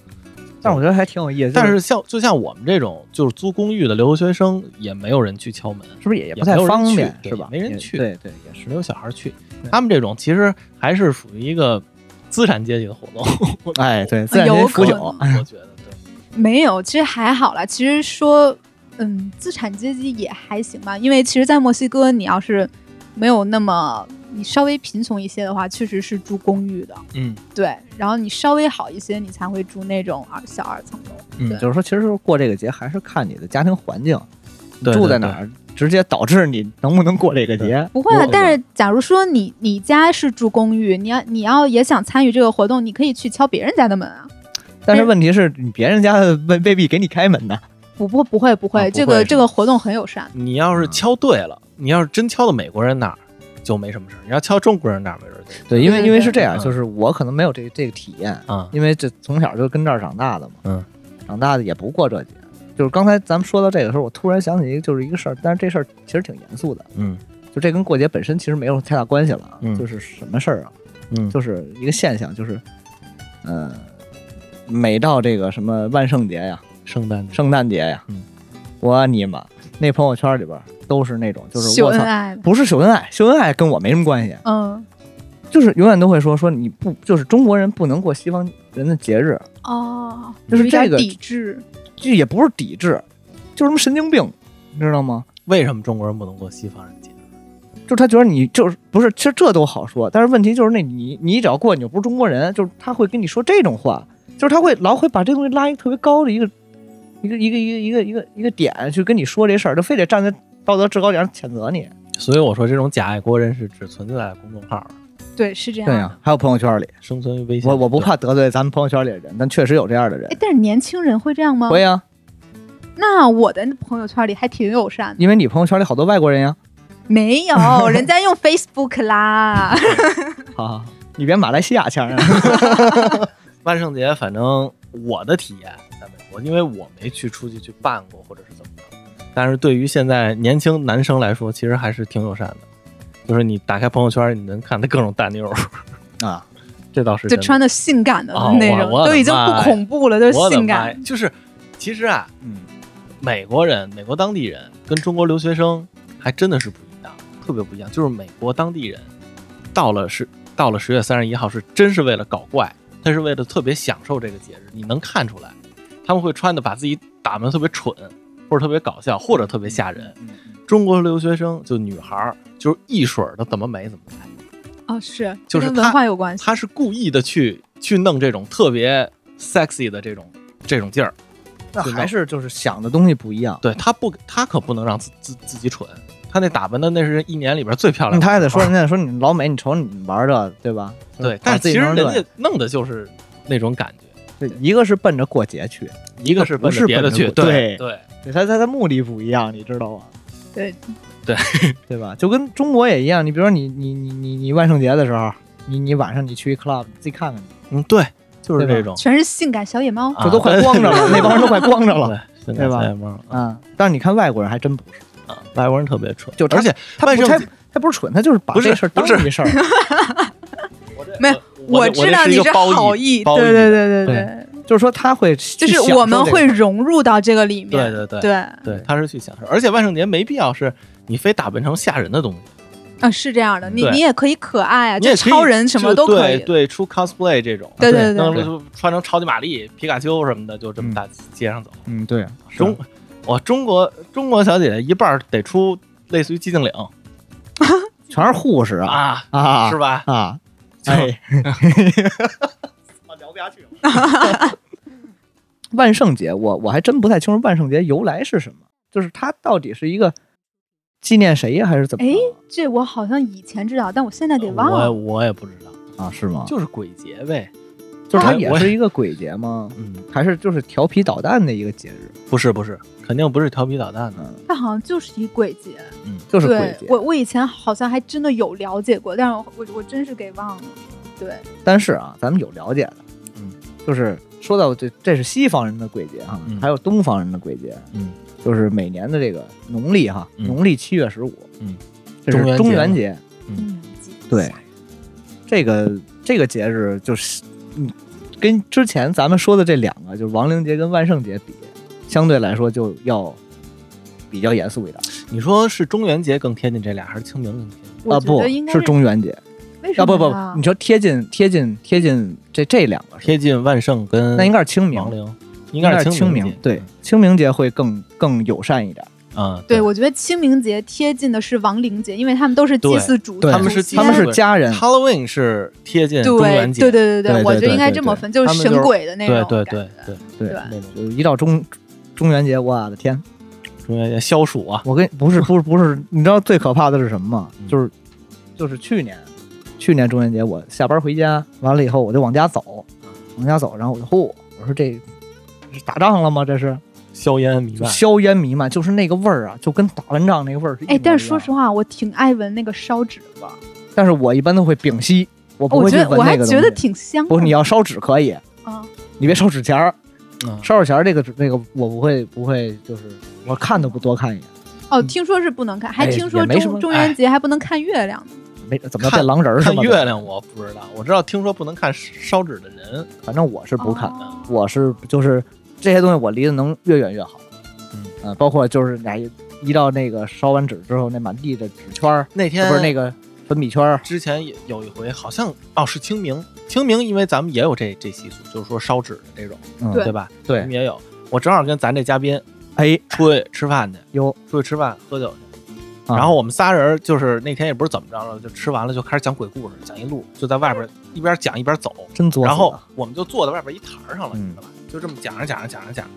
Speaker 1: 但是我觉得还挺有意思。
Speaker 2: 但是像就像我们这种就是租公寓的留学生，也没有人去敲门，
Speaker 1: 是不是也也
Speaker 2: 也
Speaker 1: 不太
Speaker 2: 没有人
Speaker 1: 方
Speaker 2: 去
Speaker 1: 便，
Speaker 2: 对
Speaker 1: 是吧？
Speaker 2: 没人
Speaker 1: 也
Speaker 2: 去
Speaker 1: 对对，也是
Speaker 2: 没有小孩去。他们这种其实还是属于一个资产阶级的活动，
Speaker 1: 哎，对，自然
Speaker 3: 有
Speaker 1: 界腐
Speaker 3: 可能
Speaker 1: 朽，
Speaker 2: 我觉得对。
Speaker 3: 没有，其实还好啦。其实说，嗯，资产阶级也还行吧，因为其实，在墨西哥，你要是没有那么你稍微贫穷一些的话，确实是住公寓的，
Speaker 2: 嗯
Speaker 3: 对。然后你稍微好一些，你才会住那种二小二层楼。
Speaker 2: 嗯
Speaker 3: 对
Speaker 1: 就是说，其实过这个节还是看你的家庭环境，你
Speaker 2: 对
Speaker 1: 住
Speaker 2: 对
Speaker 1: 在
Speaker 2: 对
Speaker 1: 哪儿，直接导致你能不能过这个节。
Speaker 3: 不会啊
Speaker 2: 我，
Speaker 3: 但是假如说你你家是住公寓，你要你要也想参与这个活动，你可以去敲别人家的门啊。
Speaker 1: 但是问题是你别人家的未未必给你开门呢。
Speaker 3: 不不不会不
Speaker 2: 啊
Speaker 3: 会，
Speaker 2: 不
Speaker 3: 这
Speaker 2: 会
Speaker 3: 个
Speaker 2: 是
Speaker 3: 这个活动很友善。
Speaker 2: 你要是敲对了，你要是真敲到美国人那儿就没什么事儿，你要敲中国人那儿没准儿就
Speaker 1: 对，因为
Speaker 3: 对
Speaker 1: 因为
Speaker 3: 对
Speaker 1: 是这样，
Speaker 2: 嗯
Speaker 1: 就是我可能没有这这个体验，
Speaker 2: 啊
Speaker 1: 因为这从小就跟这儿长大的嘛，
Speaker 2: 嗯，
Speaker 1: 长大的也不过这节。就是刚才咱们说到这个时候，我突然想起一个就是一个事儿，但是这事儿其实挺严肃的，
Speaker 2: 嗯
Speaker 1: 就这跟过节本身其实没有太大关系了啊。
Speaker 2: 嗯
Speaker 1: 就是什么事儿啊？
Speaker 2: 嗯
Speaker 1: 就是一个现象，就是，呃，每到这个什么万圣节呀、
Speaker 2: 圣诞节
Speaker 1: 圣诞节呀，啊
Speaker 2: 嗯
Speaker 1: 我你妈那朋友圈里边儿都是那种就是
Speaker 3: 秀
Speaker 1: 我
Speaker 3: 恩
Speaker 1: 操，
Speaker 3: 爱的，
Speaker 1: 不是秀恩爱，秀恩爱跟我没什么关系，
Speaker 3: 嗯，
Speaker 1: 就是永远都会说说你不就是中国人不能过西方人的节日，
Speaker 3: 哦，
Speaker 1: 就是
Speaker 3: 有一点
Speaker 1: 这个
Speaker 3: 抵制，
Speaker 1: 这也不是抵制，就是什么神经病，你知道吗？
Speaker 2: 为什么中国人不能过西方人节？
Speaker 1: 就是他觉得你就是不是，其实这都好说，但是问题就是那你你只要过你就不是中国人，就是他会跟你说这种话，就是他会老会把这东西拉一个特别高的一个一个一个一个一个一个一个点去跟你说这事儿，就非得站在道德制高点上谴责你。
Speaker 2: 所以我说这种假爱国人是只存在公众号，
Speaker 3: 对，是这样。
Speaker 1: 对
Speaker 2: 啊
Speaker 1: 呀、还有朋友圈里，
Speaker 2: 生存于危险。
Speaker 1: 我我不怕得罪咱们朋友圈里的人，但确实有这样的人
Speaker 3: 哎，。但是年轻人会这样吗？
Speaker 1: 会
Speaker 2: 啊
Speaker 1: 呀，
Speaker 3: 那我的朋友圈里还挺友善的，
Speaker 1: 因为你朋友圈里好多外国人呀。
Speaker 3: 没有， 人家用 Facebook 啦。
Speaker 1: 好好，好你别马来西亚腔啊。
Speaker 2: 对万圣节，反正我的体验在美国，因为我没去出去去办过或者是怎么着，但是对于现在年轻男生来说，其实还是挺友善的。就是你打开朋友圈，你能看到各种大妞儿，
Speaker 1: 啊，
Speaker 2: 这倒是
Speaker 3: 就
Speaker 2: 真的
Speaker 3: 穿的性感的
Speaker 2: 哦
Speaker 3: 那种，
Speaker 2: 我我的
Speaker 3: 都已经
Speaker 2: 妈
Speaker 3: 不
Speaker 2: 呀
Speaker 3: 恐怖了，都是
Speaker 2: 我的
Speaker 3: 性
Speaker 2: 妈呀
Speaker 3: 感。！
Speaker 2: 就是其实啊，
Speaker 1: 嗯，
Speaker 2: 美国人、美国当地人跟中国留学生还真的是不一样，特别不一样。就是美国当地人到了是到了十月三十一号是真是为了搞怪，他是为了特别享受这个节日，你能看出来，他们会穿的把自己打扮得特别蠢，或者特别搞笑，或者特别吓人。
Speaker 1: 嗯。
Speaker 2: 中国留学生就女孩儿就是一水儿的怎么美怎么来，
Speaker 3: 哦，是，
Speaker 2: 就
Speaker 3: 这
Speaker 2: 是
Speaker 3: 跟
Speaker 2: 他
Speaker 3: 文化有关系。
Speaker 2: 他是故意的去去弄这种特别 sexy 的这种这种劲儿。
Speaker 1: 那还是就是想的东西不一样。
Speaker 2: 对他不，他可不能让自自自己蠢。他那打扮的那是一年里边最漂
Speaker 1: 嗯
Speaker 2: 亮的时
Speaker 1: 他
Speaker 2: 候。
Speaker 1: 还得说人家说你老美，你瞅你玩这，对吧？
Speaker 2: 对，
Speaker 1: 把
Speaker 2: 嗯但
Speaker 1: 自
Speaker 2: 其
Speaker 1: 己
Speaker 2: 实
Speaker 1: 弄
Speaker 2: 人
Speaker 1: 乐
Speaker 2: 家弄的就是那种感觉，
Speaker 1: 对一个是奔着过节去，
Speaker 2: 一个是奔着别的
Speaker 1: 不
Speaker 2: 去，
Speaker 1: 是
Speaker 2: 对
Speaker 1: 奔着
Speaker 2: 对，
Speaker 1: 对他他的目的不一样，你知道吗？
Speaker 3: 对
Speaker 2: 对
Speaker 1: 对吧？就跟中国也一样，你比如说你你你你你万圣节的时候，你你晚上你去一 club 自己看看去，
Speaker 2: 嗯对，就是
Speaker 1: 对吧
Speaker 2: 这种，
Speaker 3: 全是性感小野猫，
Speaker 2: 啊
Speaker 1: 这都快光着 了，那帮人都快光着了。
Speaker 2: 对
Speaker 1: 对吧
Speaker 2: 吧？
Speaker 1: 嗯，但是你看外国人还真不是，
Speaker 2: 啊，外国人特别蠢，
Speaker 1: 就他
Speaker 2: 而且
Speaker 1: 他
Speaker 2: 万
Speaker 1: 不
Speaker 2: 圣
Speaker 1: 他
Speaker 2: 节
Speaker 1: 他不是蠢，他就是把
Speaker 2: 不是
Speaker 1: 这事儿当
Speaker 2: 不是
Speaker 1: 一事儿。
Speaker 3: 没有
Speaker 2: 我这
Speaker 3: 知道
Speaker 2: 是一
Speaker 3: 你
Speaker 2: 个褒义
Speaker 3: 好意，
Speaker 2: 褒义
Speaker 3: 对对
Speaker 1: 对
Speaker 3: 对对，
Speaker 1: 就是说他会
Speaker 3: 就
Speaker 1: 去
Speaker 3: 是
Speaker 1: 享受这个，啊
Speaker 3: 我们会融入到这个里面。
Speaker 2: 对对对
Speaker 3: 对
Speaker 2: 对，他是去享受，而且万圣节没必要是你非打扮成吓人的东西，
Speaker 3: 啊，是这样的，你
Speaker 2: 对
Speaker 3: 你也可以可爱啊，
Speaker 2: 你也
Speaker 3: 就
Speaker 2: 可以
Speaker 3: 超人什么
Speaker 2: 就
Speaker 3: 都可以
Speaker 2: 对。对，出 cosplay 这种，
Speaker 3: 对对
Speaker 2: 弄
Speaker 3: 对，
Speaker 2: 出穿成超级玛丽、皮卡丘什么的，就这么大街上走。
Speaker 1: 嗯对
Speaker 2: 中，我中国中国小姐姐一半儿得出类似于寂静岭
Speaker 1: 全是护士啊
Speaker 2: 啊，
Speaker 1: 啊
Speaker 2: 是吧？
Speaker 1: 啊！
Speaker 2: 就
Speaker 1: 哎，
Speaker 2: 聊不下去了。
Speaker 1: 万圣节，我我还真不太清楚万圣节由来是什么，就是它到底是一个纪念谁呀，还是怎
Speaker 3: 哎
Speaker 1: 么着
Speaker 3: 这我好像以前知道，但我现 在给
Speaker 1: 哦
Speaker 3: 忘
Speaker 2: 我
Speaker 3: 了。
Speaker 2: 我也不知道，
Speaker 1: 啊？是吗？
Speaker 2: 就是鬼节呗。
Speaker 1: 就是它
Speaker 2: 我
Speaker 1: 也
Speaker 2: 我
Speaker 1: 是一个鬼节吗？
Speaker 2: 嗯，
Speaker 1: 还是就是调皮捣蛋的一个节日？
Speaker 2: 不是不是，肯定不是调皮捣蛋的。
Speaker 1: 嗯，
Speaker 3: 它好像就是一鬼节，
Speaker 2: 嗯，
Speaker 1: 就是鬼
Speaker 3: 对
Speaker 1: 节。
Speaker 3: 我我以前好像还真的有了解过，但是我我我真是给忘了。对，
Speaker 1: 但是啊，咱们有了解的，
Speaker 2: 嗯，
Speaker 1: 就是说到这，这是西方人的鬼节哈，
Speaker 2: 嗯
Speaker 1: 还有东方人的鬼节，
Speaker 2: 嗯，
Speaker 1: 就是每年的这个农历哈，
Speaker 2: 嗯
Speaker 1: 农历七月十五，
Speaker 2: 嗯，
Speaker 1: 这是
Speaker 2: 中
Speaker 1: 中
Speaker 2: 元
Speaker 1: 元
Speaker 2: 节
Speaker 1: 节，
Speaker 3: 嗯，
Speaker 1: 对，这个这个节日就是，嗯，跟之前咱们说的这两个，就是亡灵节跟万圣节比，相对来说就要比较严肃一点
Speaker 2: 你说是中元节更贴近这俩，还是清明更贴近？
Speaker 1: 啊，
Speaker 3: 我觉
Speaker 1: 不
Speaker 3: 得应该
Speaker 1: 是中元节，
Speaker 3: 为什
Speaker 1: 啊不
Speaker 3: 么
Speaker 1: 不，
Speaker 3: 呢
Speaker 1: 不你说贴近贴近贴近这这两个是吧，
Speaker 2: 贴近万圣跟
Speaker 1: 那应该是清明，
Speaker 2: 亡灵，
Speaker 1: 应
Speaker 2: 应该是
Speaker 1: 是清
Speaker 2: 明
Speaker 1: 明
Speaker 2: 节。，
Speaker 1: 对，清明节会更更友善一点。
Speaker 2: 嗯，
Speaker 3: 对，我觉得清明节贴近的是亡灵节，因为他们都是祭
Speaker 2: 对
Speaker 3: 祀主，
Speaker 1: 对
Speaker 2: 他们是
Speaker 3: 祖
Speaker 2: 祭
Speaker 3: 先
Speaker 1: 他们是家人，
Speaker 2: Halloween 是贴近
Speaker 3: 对
Speaker 2: 中元节，
Speaker 3: 对对对
Speaker 1: 对
Speaker 3: 我
Speaker 1: 对
Speaker 3: 觉得应该
Speaker 1: 对
Speaker 3: 这么
Speaker 1: 对
Speaker 3: 分，就
Speaker 1: 他
Speaker 3: 是
Speaker 1: 们
Speaker 3: 神
Speaker 1: 就是
Speaker 3: 鬼的那
Speaker 2: 对
Speaker 3: 种
Speaker 2: 对
Speaker 3: 感
Speaker 2: 对
Speaker 3: 觉
Speaker 1: 对
Speaker 2: 对，
Speaker 3: 对
Speaker 2: 那种
Speaker 1: 就是一到中中元节，我的天！
Speaker 2: 中元节消暑啊，
Speaker 1: 我跟不 是不是不是，你知道最可怕的是什么吗？
Speaker 2: 嗯
Speaker 1: 就是就是去年，去年中元节我下班回家，完了以后我就往家走，
Speaker 2: 嗯
Speaker 1: 往家走，然后我就呼，我说这这是打仗了吗？这是
Speaker 2: 硝烟弥
Speaker 1: 就
Speaker 2: 漫。
Speaker 1: 硝烟弥漫，就是那个味儿啊，就跟打完仗那个味儿是一模一
Speaker 3: 哎
Speaker 1: 样。，
Speaker 3: 但是说实话，我挺爱闻那个烧纸的味儿，
Speaker 1: 但是我一般都会屏息，我不
Speaker 3: 哦我
Speaker 1: 会去
Speaker 3: 觉得
Speaker 1: 闻
Speaker 3: 我还
Speaker 1: 那个东西。
Speaker 3: 觉得挺香的。
Speaker 1: 不是你要烧纸可以，
Speaker 3: 啊，
Speaker 1: 你别烧纸钱儿，
Speaker 2: 嗯
Speaker 1: 烧纸钱儿这个这个我不会不会，就是我看都不多看一眼，
Speaker 3: 哦，听说是不能看，
Speaker 1: 嗯
Speaker 3: 还
Speaker 1: 哎
Speaker 3: 听说
Speaker 1: 也没什么
Speaker 3: 中中元节还不能看月亮呢。
Speaker 1: 没怎么着
Speaker 2: 看
Speaker 1: 变狼人儿是
Speaker 2: 看
Speaker 1: 吗？
Speaker 2: 月亮我不知道，我知道听说不能看烧纸的人，
Speaker 1: 反正我是不看，
Speaker 3: 哦
Speaker 1: 我是就是这些东西我离得能越远越好。
Speaker 2: 嗯
Speaker 1: 呃包括就是哎，一到那个烧完纸之后，那满地的纸圈儿，
Speaker 2: 那天
Speaker 1: 不是那个粉笔圈儿，
Speaker 2: 之前也有一回，好像哦是清明，清明因为咱们也有这这习俗，就是说烧纸的这种，
Speaker 1: 嗯
Speaker 3: 对
Speaker 2: 对吧？咱们
Speaker 1: 对，
Speaker 2: 也有。我正好跟咱这嘉宾
Speaker 1: 哎
Speaker 2: 出去吃饭去，
Speaker 1: 有，
Speaker 2: 出去吃饭喝酒去。
Speaker 1: 啊
Speaker 2: 然后我们仨人就是那天也不是怎么着了，就吃完了就开始讲鬼故事，讲一路就在外边一边讲一边走，
Speaker 1: 真作死了，
Speaker 2: 然后我们就坐在外边一台儿上了，
Speaker 1: 嗯
Speaker 2: 你知道吧？就这么讲着讲着讲着讲着，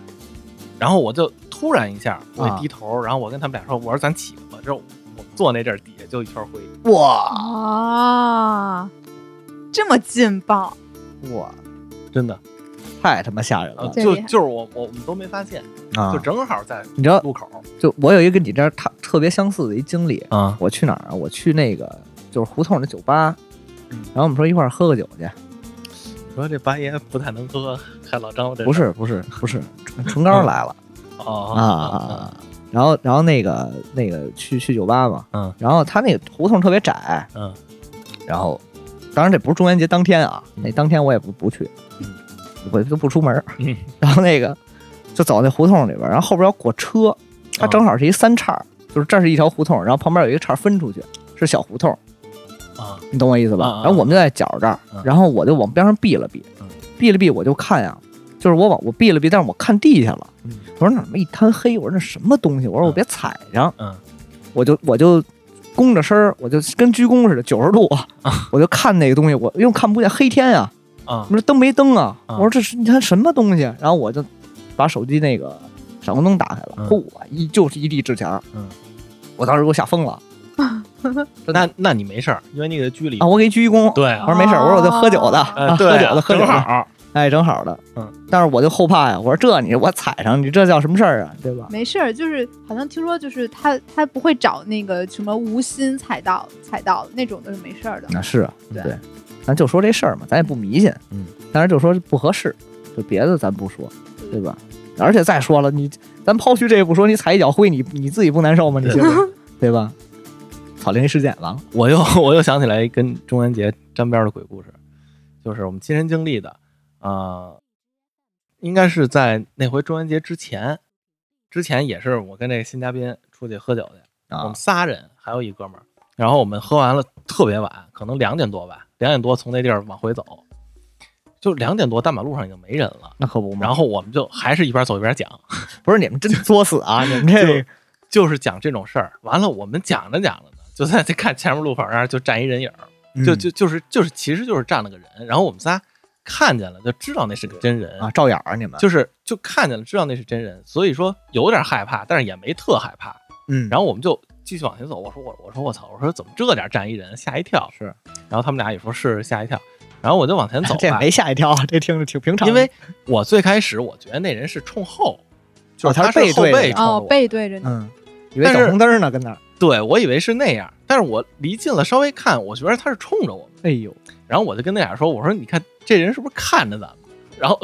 Speaker 2: 然后我就突然一下，我
Speaker 1: 啊
Speaker 2: 一低头，然后我跟他们俩说：“我说咱起吧。”之后我们坐那阵儿底下就一圈灰，
Speaker 1: 哇
Speaker 3: 啊，哦这么劲爆，
Speaker 1: 哇，
Speaker 2: 真的，
Speaker 1: 太他妈吓人
Speaker 2: 呃
Speaker 1: 了
Speaker 3: 这
Speaker 2: 就
Speaker 3: 厉害
Speaker 2: 就是我我我们都没发现，
Speaker 1: 啊
Speaker 2: 就！正好在
Speaker 1: 你知道，
Speaker 2: 路口
Speaker 1: 就我有一个跟你这儿特特别相似的一经历，
Speaker 2: 啊，
Speaker 1: 我去哪儿啊？我去那个就是胡同的酒吧，
Speaker 2: 嗯
Speaker 1: 然后我们说一块儿喝个酒去，
Speaker 2: 你说这八爷不太能喝，看老张这
Speaker 1: 不是不是不是，唇唇膏来了。
Speaker 2: 哦
Speaker 1: 啊啊啊！啊！然后然后那个那个去去酒吧嘛，
Speaker 2: 嗯，
Speaker 1: 然后他那个胡同特别窄，
Speaker 2: 嗯，
Speaker 1: 然后当然这不是中元节当天啊，
Speaker 2: 嗯
Speaker 1: 那当天我也不不去
Speaker 2: 嗯，
Speaker 1: 我就不出门儿，
Speaker 2: 嗯
Speaker 1: 然后那个就走那胡同里边儿，然后后边要过车，它
Speaker 2: 啊
Speaker 1: 正好是一三岔儿，就是这是一条胡同，然后旁边有一个岔儿分出去是小胡同，
Speaker 2: 啊
Speaker 1: 你懂我意思吧？
Speaker 2: 啊啊啊
Speaker 1: 然后我们就在角儿这儿，
Speaker 2: 嗯
Speaker 1: 然后我就往边上避了避，
Speaker 2: 嗯
Speaker 1: 避了避，我就看呀、就是我往我避了避，但是我看地下了，
Speaker 2: 嗯
Speaker 1: 我说哪儿他妈一滩黑，我说那什么东西，我说我别踩上，
Speaker 2: 嗯
Speaker 1: 我就我就弓着身儿，我就跟鞠躬似的九十度，我就看那个东西，我因为看不见黑天啊，
Speaker 2: 啊
Speaker 1: 我说灯没灯啊，
Speaker 2: 啊
Speaker 1: 我说这是你看什么东西，然后我就把手机那个闪光灯打开
Speaker 2: 嗯
Speaker 1: 了，嚯、一就是一地纸钱儿，
Speaker 2: 嗯
Speaker 1: 我当时给我吓疯了
Speaker 2: 那那你没事儿，因为那个居里
Speaker 1: 啊，我给鞠一躬。
Speaker 2: 对
Speaker 1: 我
Speaker 2: 啊，
Speaker 1: 说没事儿，我说我就喝酒的，
Speaker 2: 哎
Speaker 1: 啊
Speaker 2: 对
Speaker 1: 喝
Speaker 2: 啊
Speaker 1: 酒的，喝酒
Speaker 2: 正
Speaker 1: 的，
Speaker 2: 好
Speaker 1: 哎，正好的，
Speaker 2: 嗯，
Speaker 1: 但是我就后怕呀，我说这你我踩上你这叫什么事儿啊，对吧？
Speaker 3: 没事儿，就是好像听说就是他他不会找那个什么无心踩到踩到那种都是没事儿的，哦
Speaker 1: 那是啊，
Speaker 3: 对
Speaker 1: 对，咱就说这事儿嘛，咱也不迷信，
Speaker 2: 嗯，
Speaker 1: 当然就说不合适，就别的咱不说，对吧？而且再说了，你咱抛去这一步说，你踩一脚灰，你你自己不难受吗？你
Speaker 2: 对
Speaker 1: 心里，对吧？草林事件完了，
Speaker 2: 我又 我又想起来一跟中元节沾边儿的鬼故事，就是我们亲身经历的啊、呃应该是在那回中元节之前，之前也是我跟这个新嘉宾出去喝酒去，我
Speaker 1: 啊
Speaker 2: 们仨人还有一哥们儿，然后我们喝完了特别晚，可能两点多吧，两点多从那地儿往回走，就两点多大马路上已经没人了，
Speaker 1: 那可不嘛。
Speaker 2: 然后我们就还是一边走一边讲，
Speaker 1: 不是你们真作死啊，你们这
Speaker 2: 就是讲这种事儿。完了，我们讲着讲着呢，就在这看前面路口那儿就站一人影儿，就
Speaker 1: 嗯
Speaker 2: 就就是就是其实就是站了个人，然后我们仨看见了就知道那是个真人
Speaker 1: 啊，照眼儿你们，
Speaker 2: 就是就看见了知道那是真人，所以说有点害怕，但是也没特害怕。
Speaker 1: 嗯，
Speaker 2: 然后我们就继续往前走，我说我我说我操，我说怎么这点站一人，吓一跳。
Speaker 1: 是，
Speaker 2: 然后他们俩也说是吓一跳，然后我就往前 走
Speaker 1: 这
Speaker 2: 吧
Speaker 1: 没，吓一跳，这听着挺平常的，
Speaker 2: 因为我最开始我觉得那人是冲后，就
Speaker 1: 哦
Speaker 2: 是
Speaker 1: 他是
Speaker 2: 是
Speaker 1: 背
Speaker 2: 后
Speaker 1: 对着
Speaker 2: 背
Speaker 1: 你
Speaker 2: 冲
Speaker 3: 哦
Speaker 2: 我，
Speaker 3: 背 对着你，
Speaker 1: 嗯，以为
Speaker 2: 但
Speaker 1: 等
Speaker 2: 是
Speaker 1: 红灯呢，跟那儿，
Speaker 2: 对我以为是那样，但是我离近了稍微看，我觉得他是冲着我们，
Speaker 1: 哎呦，
Speaker 2: 然后我就跟那俩说，我说你看这人是不是看着咱们？然后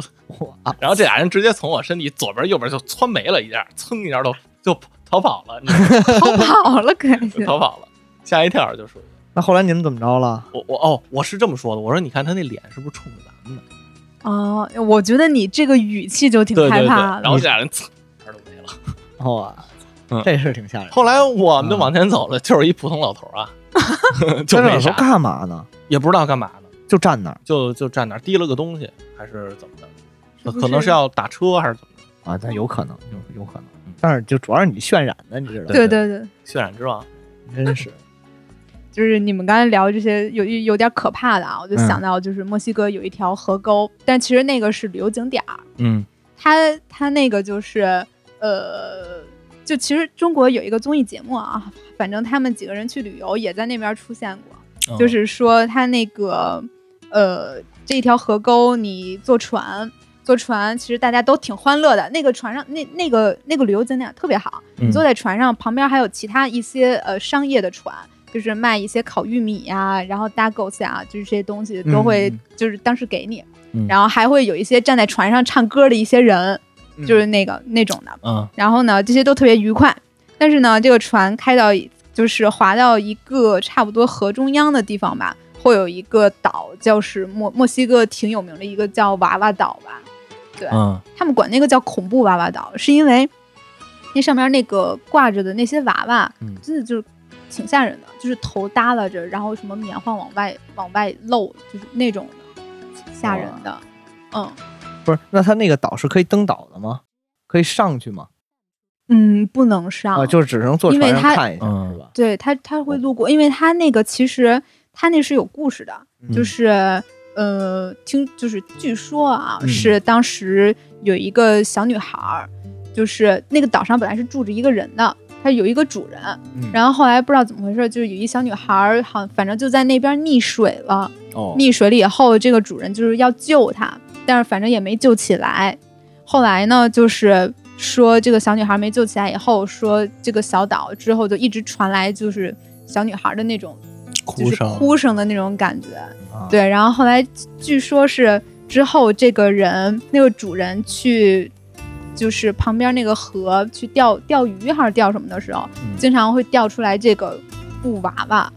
Speaker 1: 哇，
Speaker 2: 然后这俩人直接从我身体左边右边就窜没了一下，噌一下都就逃跑了，你知道
Speaker 3: 逃
Speaker 2: 吗
Speaker 3: 跑了感
Speaker 2: 就
Speaker 3: 觉，
Speaker 2: 逃跑了，吓一跳就属于。
Speaker 1: 那后来你们怎么着了？
Speaker 2: 我我哦，我是这么说的，我说你看他那脸是不是冲着咱们的？
Speaker 3: 哦，我觉得你这个语气就挺
Speaker 2: 对对
Speaker 3: 害
Speaker 2: 对，
Speaker 3: 怕
Speaker 2: 然
Speaker 3: 的，
Speaker 2: 后这俩人噌哪儿都没了。
Speaker 1: 哇
Speaker 2: 嗯，
Speaker 1: 这事儿挺吓人的。
Speaker 2: 后来我们就往前走了，就是一普通老头 儿啊，就
Speaker 1: 在那
Speaker 2: 没
Speaker 1: 老头
Speaker 2: 啥，
Speaker 1: 干嘛呢？
Speaker 2: 也不知道干嘛呢，
Speaker 1: 就站那儿
Speaker 2: 就就站那儿提了个东西，还是怎么的？
Speaker 3: 是不
Speaker 2: 可能是要打车还是怎么的？
Speaker 1: 啊，但有可能，有有可能，嗯但是就主要是你渲染的，你知道吗？
Speaker 3: 对对对，
Speaker 2: 血染之王，
Speaker 1: 真是
Speaker 3: 就是你们刚才聊这些有有有点可怕的啊，我就
Speaker 1: 嗯
Speaker 3: 想到就是墨西哥有一条河沟，但其实那个是旅游景点儿，
Speaker 2: 嗯
Speaker 3: 它它那个就是呃，就其实中国有一个综艺节目啊，反正他们几个人去旅游也在那边出现过，
Speaker 2: 嗯
Speaker 1: 嗯
Speaker 3: 就是说它那个呃这一条河沟，你坐船。坐船其实大家都挺欢乐的，那个船上那那个那个旅游景点特别好，
Speaker 2: 你
Speaker 1: 嗯
Speaker 3: 你坐在船上，旁边还有其他一些呃商业的船，就是卖一些烤玉米呀、然后搭狗子啊，就是这些东西都会、
Speaker 1: 嗯嗯
Speaker 3: 就是当时给你，
Speaker 2: 嗯
Speaker 3: 然后还会有一些站在船上唱歌的一些人，
Speaker 1: 嗯
Speaker 3: 就是那个那种的。
Speaker 2: 嗯
Speaker 3: 然后呢，这些都特别愉快。但是呢，这个船开到就是划到一个差不多河中央的地方吧，会有一个岛，就是墨墨西哥挺有名的一个叫娃娃岛吧。
Speaker 2: 嗯
Speaker 3: 他们管那个叫恐怖娃娃岛，是因为那上面那个挂着的那些娃娃，
Speaker 2: 嗯
Speaker 3: 真的就是挺吓人的，就是头耷拉着，然后什么棉花往外往外露，就是那种的，吓人的。嗯
Speaker 1: 不是，那他那个岛是可以登岛的吗？可以上去吗？
Speaker 3: 嗯，不能上，
Speaker 1: 啊，就是只能坐
Speaker 3: 因为
Speaker 1: 船上
Speaker 3: 它
Speaker 1: 看一下，
Speaker 2: 嗯
Speaker 1: 是吧？
Speaker 3: 对他他
Speaker 2: 哦
Speaker 3: 会路过，因为他那个其实他那是有故事的，
Speaker 2: 嗯
Speaker 3: 就是呃，听就是据说啊，
Speaker 2: 嗯
Speaker 3: 是当时有一个小女孩儿，就是那个岛上本来是住着一个人的，她有一个主人，
Speaker 2: 嗯
Speaker 3: 然后后来不知道怎么回事，就是有一小女孩儿，好像反正就在那边溺水了，
Speaker 1: 嗯
Speaker 2: 哦，
Speaker 3: 溺水了以后，这个主人就是要救她，但是反正也没救起来。后来呢，就是说这个小女孩没救起来以后，说这个小岛之后就一直传来就是小女孩的那种就
Speaker 2: 哭
Speaker 3: 是
Speaker 2: 声，
Speaker 3: 哭声的那种感觉。
Speaker 1: 啊，
Speaker 3: 对，然后后来据说是之后这个人那个主人去，就是旁边那个河去钓钓鱼还是钓什么的时候，
Speaker 2: 嗯啊
Speaker 3: 经常会钓出来这个布娃娃。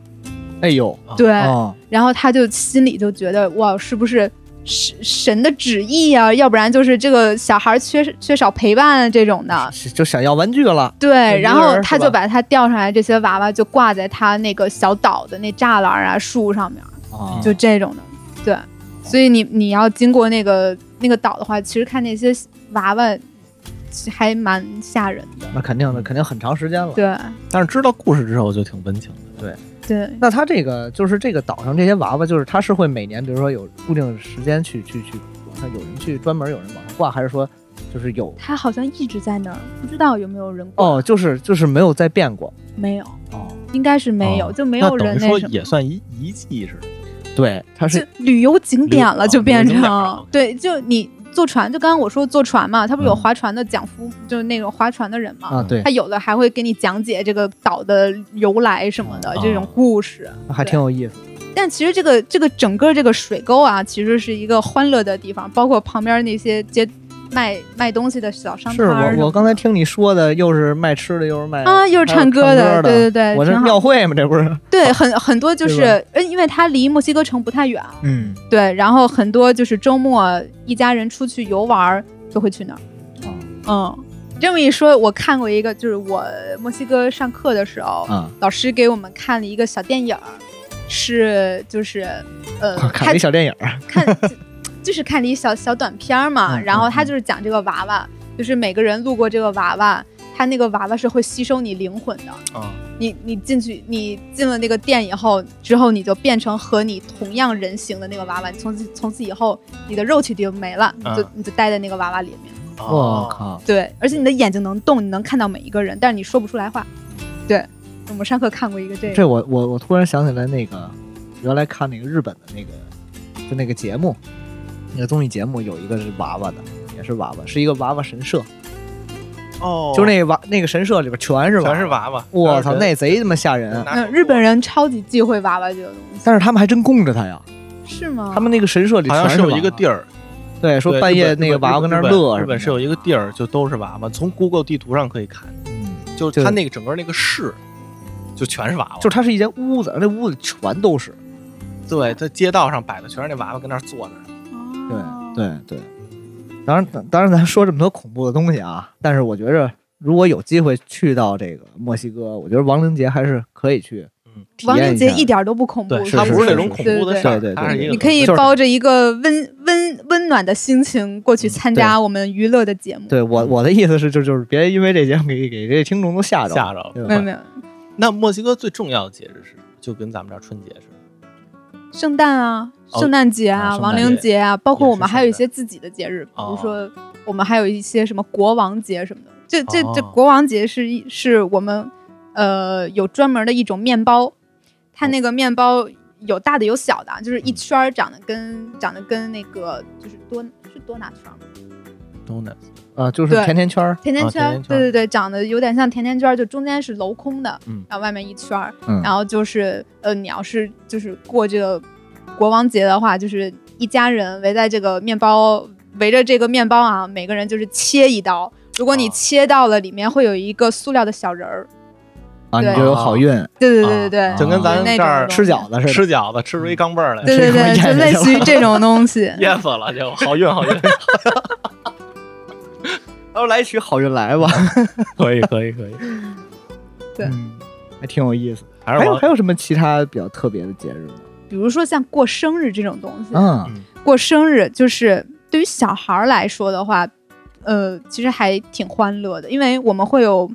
Speaker 1: 哎呦，
Speaker 3: 对，
Speaker 2: 哦
Speaker 1: 啊，
Speaker 3: 然后他就心里就觉得哇，是不是神神的旨意呀、要不然就是这个小孩缺缺少陪伴啊这种的。
Speaker 1: 是就想要玩具了，
Speaker 3: 对，
Speaker 1: 一
Speaker 3: 然
Speaker 1: 个人
Speaker 3: 后
Speaker 1: 是
Speaker 3: 他
Speaker 1: 吧
Speaker 3: 就把他钓上来这些娃娃就挂在他那个小岛的那栅栏啊树上面。
Speaker 2: 嗯
Speaker 1: 啊，
Speaker 3: 就这种的，对。所以你你要经过那个那个岛的话，其实看那些娃娃还蛮吓人的，
Speaker 1: 那肯定的，肯定很长时间了。
Speaker 3: 对
Speaker 2: 但是知道故事之后就挺温情的，
Speaker 3: 对，
Speaker 1: 那他这个就是这个岛上这些娃娃，就是他是会每年，比如说有固定时间去去去往上，有人去专门有人往上挂，还是说就是有
Speaker 3: 它好像一直在那儿，不知道有没有人过，
Speaker 1: 哦，就是就是没有再变过
Speaker 3: 没有，
Speaker 1: 哦，
Speaker 3: 应该是没有，
Speaker 2: 哦
Speaker 3: 就没
Speaker 2: 那
Speaker 3: 有
Speaker 2: 等
Speaker 3: 人
Speaker 2: 于说
Speaker 3: 什么。
Speaker 2: 也算遗遗迹似的。
Speaker 1: 对，它
Speaker 3: 就是旅游景点
Speaker 2: 旅
Speaker 3: 了，
Speaker 2: 哦
Speaker 3: 就变
Speaker 2: 旅游景
Speaker 3: 成
Speaker 2: 点了
Speaker 3: 对，就你坐船，就刚刚我说坐船嘛，他不是有
Speaker 2: 嗯
Speaker 3: 划船的讲夫，就是那种划船的人嘛，
Speaker 1: 啊，对，
Speaker 3: 他有的还会给你讲解这个岛的由来什
Speaker 1: 啊
Speaker 3: 么的
Speaker 2: 哦
Speaker 3: 这种故事，
Speaker 1: 还挺有意思。
Speaker 3: 但其实这个这个整个这个水沟啊，其实是一个欢乐的地方，包括旁边那些街卖卖东西的小商
Speaker 1: 是
Speaker 3: 摊儿什么的。
Speaker 1: 我我刚才听你说的，又是卖吃的，又是卖
Speaker 3: 啊，又是
Speaker 1: 还有
Speaker 3: 唱歌
Speaker 1: 的，
Speaker 3: 对对对，
Speaker 1: 我这
Speaker 3: 挺
Speaker 1: 庙
Speaker 3: 好。
Speaker 1: 会嘛，这不是？
Speaker 3: 对，很很多就
Speaker 1: 对
Speaker 3: 是，呃因为它离墨西哥城不太远，啊
Speaker 1: 嗯，
Speaker 3: 对，然后很多就是周末一家人出去游玩儿就会去那儿。嗯，这么一说，我看过一个，就是我墨西哥上课的时候，
Speaker 1: 啊，
Speaker 3: 老师给我们看了一个小电影儿，是就是呃，
Speaker 1: 看了一
Speaker 3: 它
Speaker 1: 小电影儿，
Speaker 3: 看，就就是看了一小小短片儿嘛，
Speaker 1: 嗯
Speaker 3: 然后他
Speaker 1: 嗯
Speaker 3: 就是讲这个娃娃，就是每个人路过这个娃娃，他那个娃娃是会吸收你灵魂的。
Speaker 2: 啊，
Speaker 3: 你你进去，你进了那个店以后，之后你就变成和你同样人形的那个娃娃，你从此从此以后你的肉体就没了，你就
Speaker 2: 嗯
Speaker 3: 你就待在那个娃娃里面。
Speaker 1: 我，靠，
Speaker 3: 对，而且你的眼睛能动，你能看到每一个人，但是你说不出来话。对，我们上课看过一个这个
Speaker 1: 这我我我突然想起来那个，原来看那个日本的那个，就那个节目，那个综艺节目有一个是娃娃的，也是娃娃，是一个娃娃神社，
Speaker 2: 哦
Speaker 1: 就是那娃那个神社里边全是娃，
Speaker 2: 全是。娃娃，
Speaker 1: 我操，
Speaker 2: 当时
Speaker 1: 那贼他妈吓人！
Speaker 2: 拿
Speaker 3: 嗯，日本人超级忌讳娃娃这个东西，
Speaker 1: 但是他们还真供着他呀，
Speaker 3: 是吗？
Speaker 1: 他们那个神社里
Speaker 2: 啊好像
Speaker 1: 全
Speaker 2: 是
Speaker 1: 是
Speaker 2: 有一个地
Speaker 1: 儿，
Speaker 2: 儿，
Speaker 1: 对，说
Speaker 2: 对
Speaker 1: 半
Speaker 2: 日
Speaker 1: 夜
Speaker 2: 本
Speaker 1: 那
Speaker 2: 日
Speaker 1: 个
Speaker 2: 本
Speaker 1: 娃娃跟那儿
Speaker 2: 日本
Speaker 1: 乐什么的，
Speaker 2: 日本是有一个地儿，就都是娃娃，从 Google 地图上可以看，
Speaker 1: 嗯，
Speaker 2: 就是
Speaker 1: 就
Speaker 2: 它那个整个那个市，就全是娃娃。
Speaker 1: 就是它是一间屋子，那屋里全都是，
Speaker 2: 对，在街道上摆的全是那娃娃跟那儿坐着。
Speaker 1: 对
Speaker 3: 哦
Speaker 1: 对对。当然，当然，咱说这么多恐怖的东西啊，但是我觉着如果有机会去到这个墨西哥，我觉得亡灵节还是可以去
Speaker 2: 嗯
Speaker 1: 体
Speaker 3: 亡
Speaker 1: 验
Speaker 3: 灵
Speaker 1: 一
Speaker 3: 节
Speaker 1: 下。
Speaker 3: 一点儿都不恐怖，
Speaker 2: 对，
Speaker 1: 是
Speaker 2: 它不
Speaker 1: 是
Speaker 2: 那
Speaker 1: 是
Speaker 2: 种
Speaker 1: 是
Speaker 2: 恐怖的事儿，
Speaker 1: 对对对
Speaker 2: 它是一
Speaker 1: 对
Speaker 2: 个
Speaker 3: 你可以
Speaker 1: 就是
Speaker 3: 抱着一个温温温温暖的心情过去参加我们娱乐的节目。
Speaker 1: 对我我的意思是，就就是别因为这节目给给这听众都吓着，
Speaker 2: 吓着了。
Speaker 1: 对
Speaker 3: 没有
Speaker 1: 吧？
Speaker 3: 没有，
Speaker 2: 那墨西哥最重要的节日是什么？就跟咱们这儿春节似的，
Speaker 3: 圣诞啊，
Speaker 2: 哦
Speaker 3: 圣诞节啊，
Speaker 1: 啊圣
Speaker 3: 亡
Speaker 1: 诞
Speaker 3: 灵节啊，包括
Speaker 2: 也
Speaker 3: 我
Speaker 2: 是
Speaker 3: 们
Speaker 2: 圣
Speaker 3: 还有一
Speaker 2: 诞
Speaker 3: 些自己的节日，比如
Speaker 2: 哦
Speaker 3: 说我们还有一些什么国王节什么的。这这这
Speaker 2: 哦
Speaker 3: 国王节是一是我们呃有专门的一种面包，它
Speaker 2: 哦
Speaker 3: 那个面包有大的有小的啊，就是一
Speaker 2: 嗯
Speaker 3: 圈儿长得跟长得跟那个就是多是多拿圈儿吗？
Speaker 2: 都那
Speaker 1: 啊，就是
Speaker 3: 对
Speaker 1: 甜甜圈儿，
Speaker 3: 甜甜
Speaker 2: 啊
Speaker 3: 圈儿，
Speaker 2: 甜甜圈
Speaker 3: 对
Speaker 2: 儿
Speaker 3: 对对，长得有点像甜甜圈儿，就中间是镂空的，
Speaker 2: 嗯
Speaker 3: 然后外面一圈儿，
Speaker 1: 嗯
Speaker 3: 然后就是呃，你要是就是过这个国王节的话，就是一家人围在这个面包，围着这个面包啊，每个人就是切一刀。如果你
Speaker 2: 啊
Speaker 3: 切到了，里面会有一个塑料的小人儿。
Speaker 1: 啊，
Speaker 3: 对
Speaker 1: 你就有好运，
Speaker 3: 对对对对对，
Speaker 2: 啊就跟咱
Speaker 3: 那
Speaker 2: 这儿
Speaker 3: 种
Speaker 1: 吃饺
Speaker 3: 子，
Speaker 1: 子似
Speaker 2: 吃饺子吃出一钢镚儿来，
Speaker 3: 嗯对对对，
Speaker 1: 吃什么
Speaker 3: 就类
Speaker 1: 咽下
Speaker 3: 似于这种东西。
Speaker 2: 噎死了就好运好运。
Speaker 1: 到时哦候来一曲《好运来》吧，
Speaker 2: 可以可以可以，
Speaker 3: 对
Speaker 1: 嗯，还挺有意思。
Speaker 2: 还
Speaker 1: 还
Speaker 2: 是
Speaker 1: 有
Speaker 2: 王
Speaker 1: 还有什么其他比较特别的节日吗？
Speaker 3: 比如说像过生日这种东
Speaker 2: 啊
Speaker 3: 西，
Speaker 1: 嗯
Speaker 3: 过生日就是对于小孩儿来说的话，呃，其实还挺欢乐的，因为我们会有，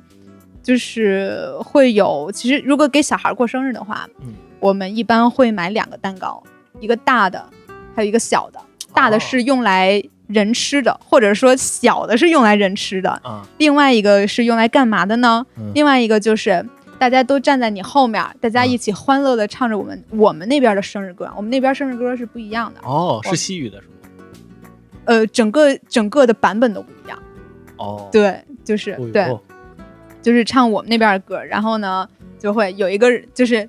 Speaker 3: 就是会有，其实如果给小孩儿过生日的话，
Speaker 2: 嗯
Speaker 3: 我们一般会买两个蛋糕，一个大的，还有一个小的。大
Speaker 2: 哦
Speaker 3: 的是用来人吃的，或者说小的是用来人吃的。
Speaker 2: 啊，
Speaker 3: 另外一个是用来干嘛的呢？
Speaker 2: 嗯
Speaker 3: 另外一个就是大家都站在你后面，大家
Speaker 2: 嗯
Speaker 3: 一起欢乐的唱着我们、我们那边的生日歌，我们那边生日歌是不一样的，
Speaker 2: 哦，
Speaker 3: 我
Speaker 2: 是西语的是吗？
Speaker 3: 呃，整个整个的版本都不一样。
Speaker 2: 哦，
Speaker 3: 对，就是
Speaker 2: 哦哟，
Speaker 3: 对，就是唱我们那边的歌，然后呢就会有一个人就是，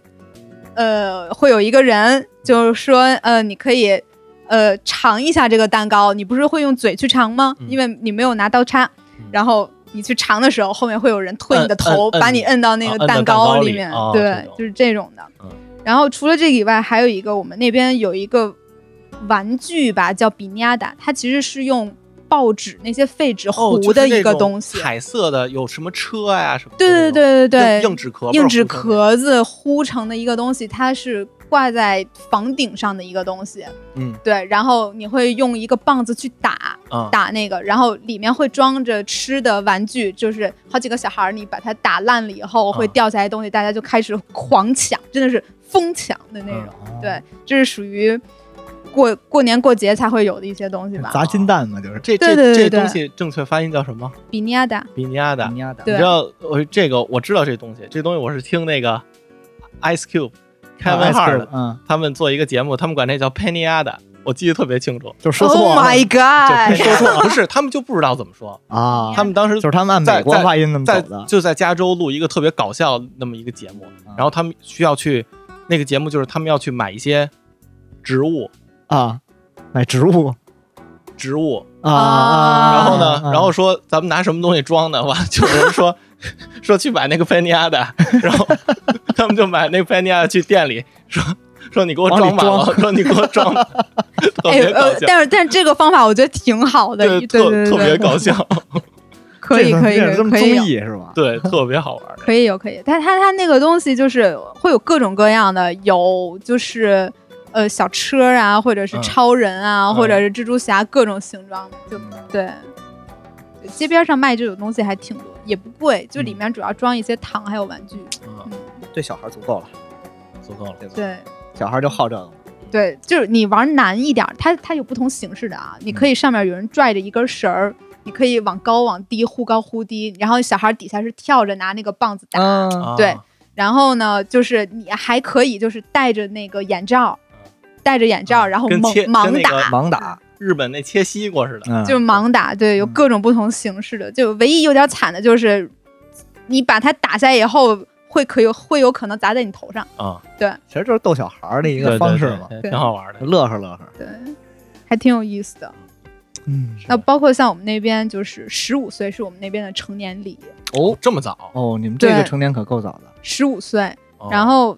Speaker 3: 呃，会有一个人就是说，呃，你可以。呃，尝一下这个蛋糕，你不是会用嘴去尝吗？
Speaker 2: 嗯
Speaker 3: 因为你没有拿刀叉，
Speaker 2: 嗯
Speaker 3: 然后你去尝的时候，后面会有人推你的
Speaker 2: 摁
Speaker 3: 头，
Speaker 2: 摁
Speaker 3: 把你摁到那
Speaker 2: 啊
Speaker 3: 个
Speaker 2: 摁到
Speaker 3: 蛋
Speaker 2: 蛋糕
Speaker 3: 里
Speaker 2: 里
Speaker 3: 面。
Speaker 2: 哦
Speaker 3: 对
Speaker 2: 这，种
Speaker 3: 就是这种的。
Speaker 2: 嗯
Speaker 3: 然后除了这个以外，还有一个我们那边有一个玩具吧，叫比尼亚达，它其实是用报纸那些废纸
Speaker 2: 哦，就
Speaker 3: 糊
Speaker 2: 是
Speaker 3: 的
Speaker 2: 那
Speaker 3: 一个
Speaker 2: 种
Speaker 3: 东西。
Speaker 2: 彩色的有什么车呀什么的
Speaker 3: 对
Speaker 2: 那种？
Speaker 3: 对对对对
Speaker 2: 硬硬，纸壳，
Speaker 3: 硬
Speaker 2: 不是
Speaker 3: 纸
Speaker 2: 糊成
Speaker 3: 壳子糊成的一个东西，它是挂在房顶上的一个东西。
Speaker 2: 那样，
Speaker 3: 对，然后你会用一个棒子去打，
Speaker 2: 嗯啊，
Speaker 3: 打那个，然后里面会装着吃的玩具，就是好几个小孩儿，你把它打烂了以后会
Speaker 2: 嗯
Speaker 3: 掉下来东西，大家就开始狂抢，真的是疯抢的那种。
Speaker 1: 哦
Speaker 3: 嗯对，这是属于过过年过节才会有的一些东西吧。
Speaker 1: 砸金蛋嘛，就是
Speaker 2: 这
Speaker 3: 对对
Speaker 2: 这这
Speaker 3: 对对
Speaker 2: 东西正确发音叫什么？
Speaker 3: 比尼亚达，
Speaker 2: 比尼亚的
Speaker 1: 你。丫的
Speaker 2: 你
Speaker 3: 对
Speaker 2: 知道我这个我知道这东西，这东西我是听那个 Ice Cube、
Speaker 3: 啊
Speaker 2: Kevin Hart 的，
Speaker 1: 嗯，
Speaker 2: 他们做一个节目，他们管那叫 Pennyada，我记得特别清楚。
Speaker 1: 就是说
Speaker 3: Oh
Speaker 1: 错了
Speaker 3: my
Speaker 2: 就 Penny-
Speaker 3: god！
Speaker 2: 说错了哎 不是，他们就不知道怎么说，
Speaker 1: 啊，
Speaker 2: 他们当时
Speaker 1: 就是他们按
Speaker 2: 在
Speaker 1: 美国
Speaker 2: 在
Speaker 1: 发音那么
Speaker 2: 在
Speaker 1: 走的，嗯
Speaker 2: 就在加州录一个特别搞笑那么一个节目，然后他们需要去那个节目就是他们要去买一些植物，
Speaker 1: 啊，买植物
Speaker 2: 植物，
Speaker 1: 啊
Speaker 3: 啊
Speaker 2: 然后呢，
Speaker 1: 啊
Speaker 2: 然后说咱们拿什么东西装呢？ 完了就有人说说去买那个 Pennyada，然 后他们就买那个 Pennyada 去店里说说你给我
Speaker 1: 往里
Speaker 2: 装满了，说你给我装满了，特
Speaker 3: 哎
Speaker 2: 别搞
Speaker 3: 呃，
Speaker 2: 笑，
Speaker 3: 但是但是这个方法我觉得挺好的，对
Speaker 2: 特
Speaker 3: 对
Speaker 2: 特
Speaker 3: 对，
Speaker 2: 别搞笑，
Speaker 3: 可以
Speaker 1: 这
Speaker 3: 可以
Speaker 1: 这这么
Speaker 3: 可
Speaker 1: 综
Speaker 3: 以有。
Speaker 1: 艺是吧？
Speaker 2: 对，特别好玩儿。
Speaker 3: 可以有，可以，但它它那个东西就是会有各种各样的，有就是呃小车啊，或者是
Speaker 2: 嗯
Speaker 3: 超人啊，
Speaker 2: 嗯
Speaker 3: 或者是蜘蛛侠各种形状的，就
Speaker 1: 嗯
Speaker 3: 对。街边上卖这种东西还挺多，也不贵，就里
Speaker 1: 嗯
Speaker 3: 面主要装一些糖还有玩具。
Speaker 2: 嗯，
Speaker 3: 嗯，
Speaker 1: 对小孩足够了，
Speaker 2: 足够了。
Speaker 1: 对吧？
Speaker 3: 对
Speaker 1: 小孩就好这个，
Speaker 3: 对，就是你玩难一点儿，它它有不同形式的啊，你
Speaker 1: 嗯
Speaker 3: 可以上面有人拽着一根绳儿。你可以往高往低，忽高忽低，然后小孩底下是跳着拿那个棒子打，
Speaker 1: 嗯，
Speaker 2: 啊
Speaker 3: 对，然后呢，就是你还可以就是戴着那个眼罩
Speaker 2: 嗯，
Speaker 3: 戴着眼罩，然后
Speaker 2: 跟
Speaker 3: 猛
Speaker 2: 切跟
Speaker 3: 盲
Speaker 2: 那
Speaker 3: 打，
Speaker 2: 个
Speaker 1: 盲打，
Speaker 2: 日本那切西瓜似的，
Speaker 1: 嗯，
Speaker 3: 就是盲打，对，有
Speaker 1: 嗯
Speaker 3: 各种不同形式的。就唯一有点惨的就是，你把它打下以后，会可有会有可能砸在你头上，
Speaker 2: 啊，
Speaker 1: 其实就是逗小孩的一
Speaker 2: 一
Speaker 1: 个方式嘛，
Speaker 3: 对
Speaker 2: 挺好玩的。
Speaker 1: 乐呵乐呵。
Speaker 3: 对，还挺有意思的。
Speaker 1: 嗯，
Speaker 3: 那包括像我们那边，就是十五岁是我们那边的成年礼，
Speaker 2: 哦，这么早，
Speaker 1: 哦，你们这个
Speaker 3: 对
Speaker 1: 成年可够早的，
Speaker 3: 十五岁，
Speaker 2: 哦
Speaker 3: 然后，